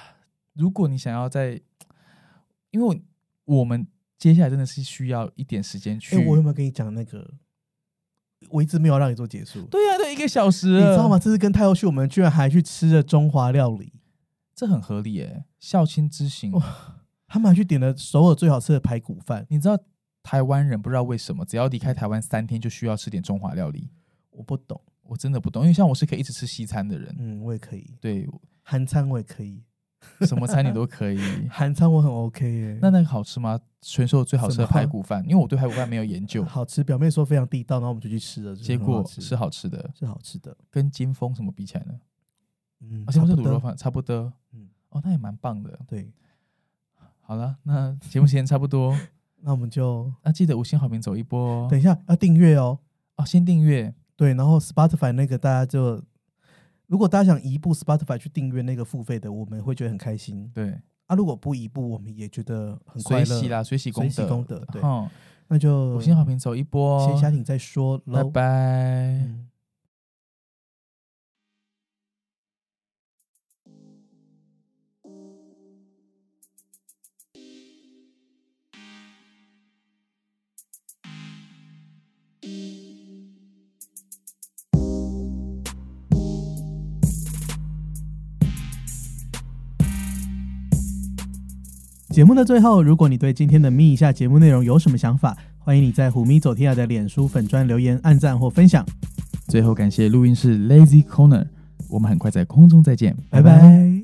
如果你想要在，因为我我们接下来真的是需要一点时间去。
哎、我有没有跟你讲那个？我一直没有让你做结束，
对啊呀、对，一个小时，
你知道吗？？这次跟太后去，我们居然还去吃了中华料理，
这很合理耶，孝亲之行。
他们还去点了首尔最好吃的排骨饭。
你知道台湾人不知道为什么，只要离开台湾三天就需要吃点中华料理，
我不懂，
我真的不懂，因为像我是可以一直吃西餐的人，
嗯，我也可以，
对，
韩餐我也可以，。
什么餐你都可以
韩餐我很 OK 耶、
那那个好吃吗？全首尔最好吃的
什么
排骨饭，因为我对排骨饭没有研究，
好吃，表妹说非常地道，然后我们就去吃了，
结
真的很好
果
吃
是好吃的，
是好吃的，
跟金峰什么比起来呢？
嗯，
啊，金峰是
差
卤
不多
肉饭，差不多。
嗯
哦，那也蛮棒的。
对，
好了，那节目时间差不多，
那我们就
那记得五星好评走一波哦。
等一下要订阅哦。
哦，先订阅。
对，然后 Spotify 那个大家就，如果大家想移步 Spotify 去订阅那个付费的，我们会觉得很开心
对，
啊。如果不移步，我们也觉得很快
随喜
乐。
啦，随喜功
随
德，
喜功德对
哈
那就
五星好评走一波哦，
先下停再说
拜
喽，
拜。
嗯节目的最后，如果你对今天的咪一下节目内容有什么想法，欢迎你在虎咪走天涯的脸书粉专留言、按赞或分享。
最后感谢录音室 Lazy Corner，我们很快在空中再见，
拜拜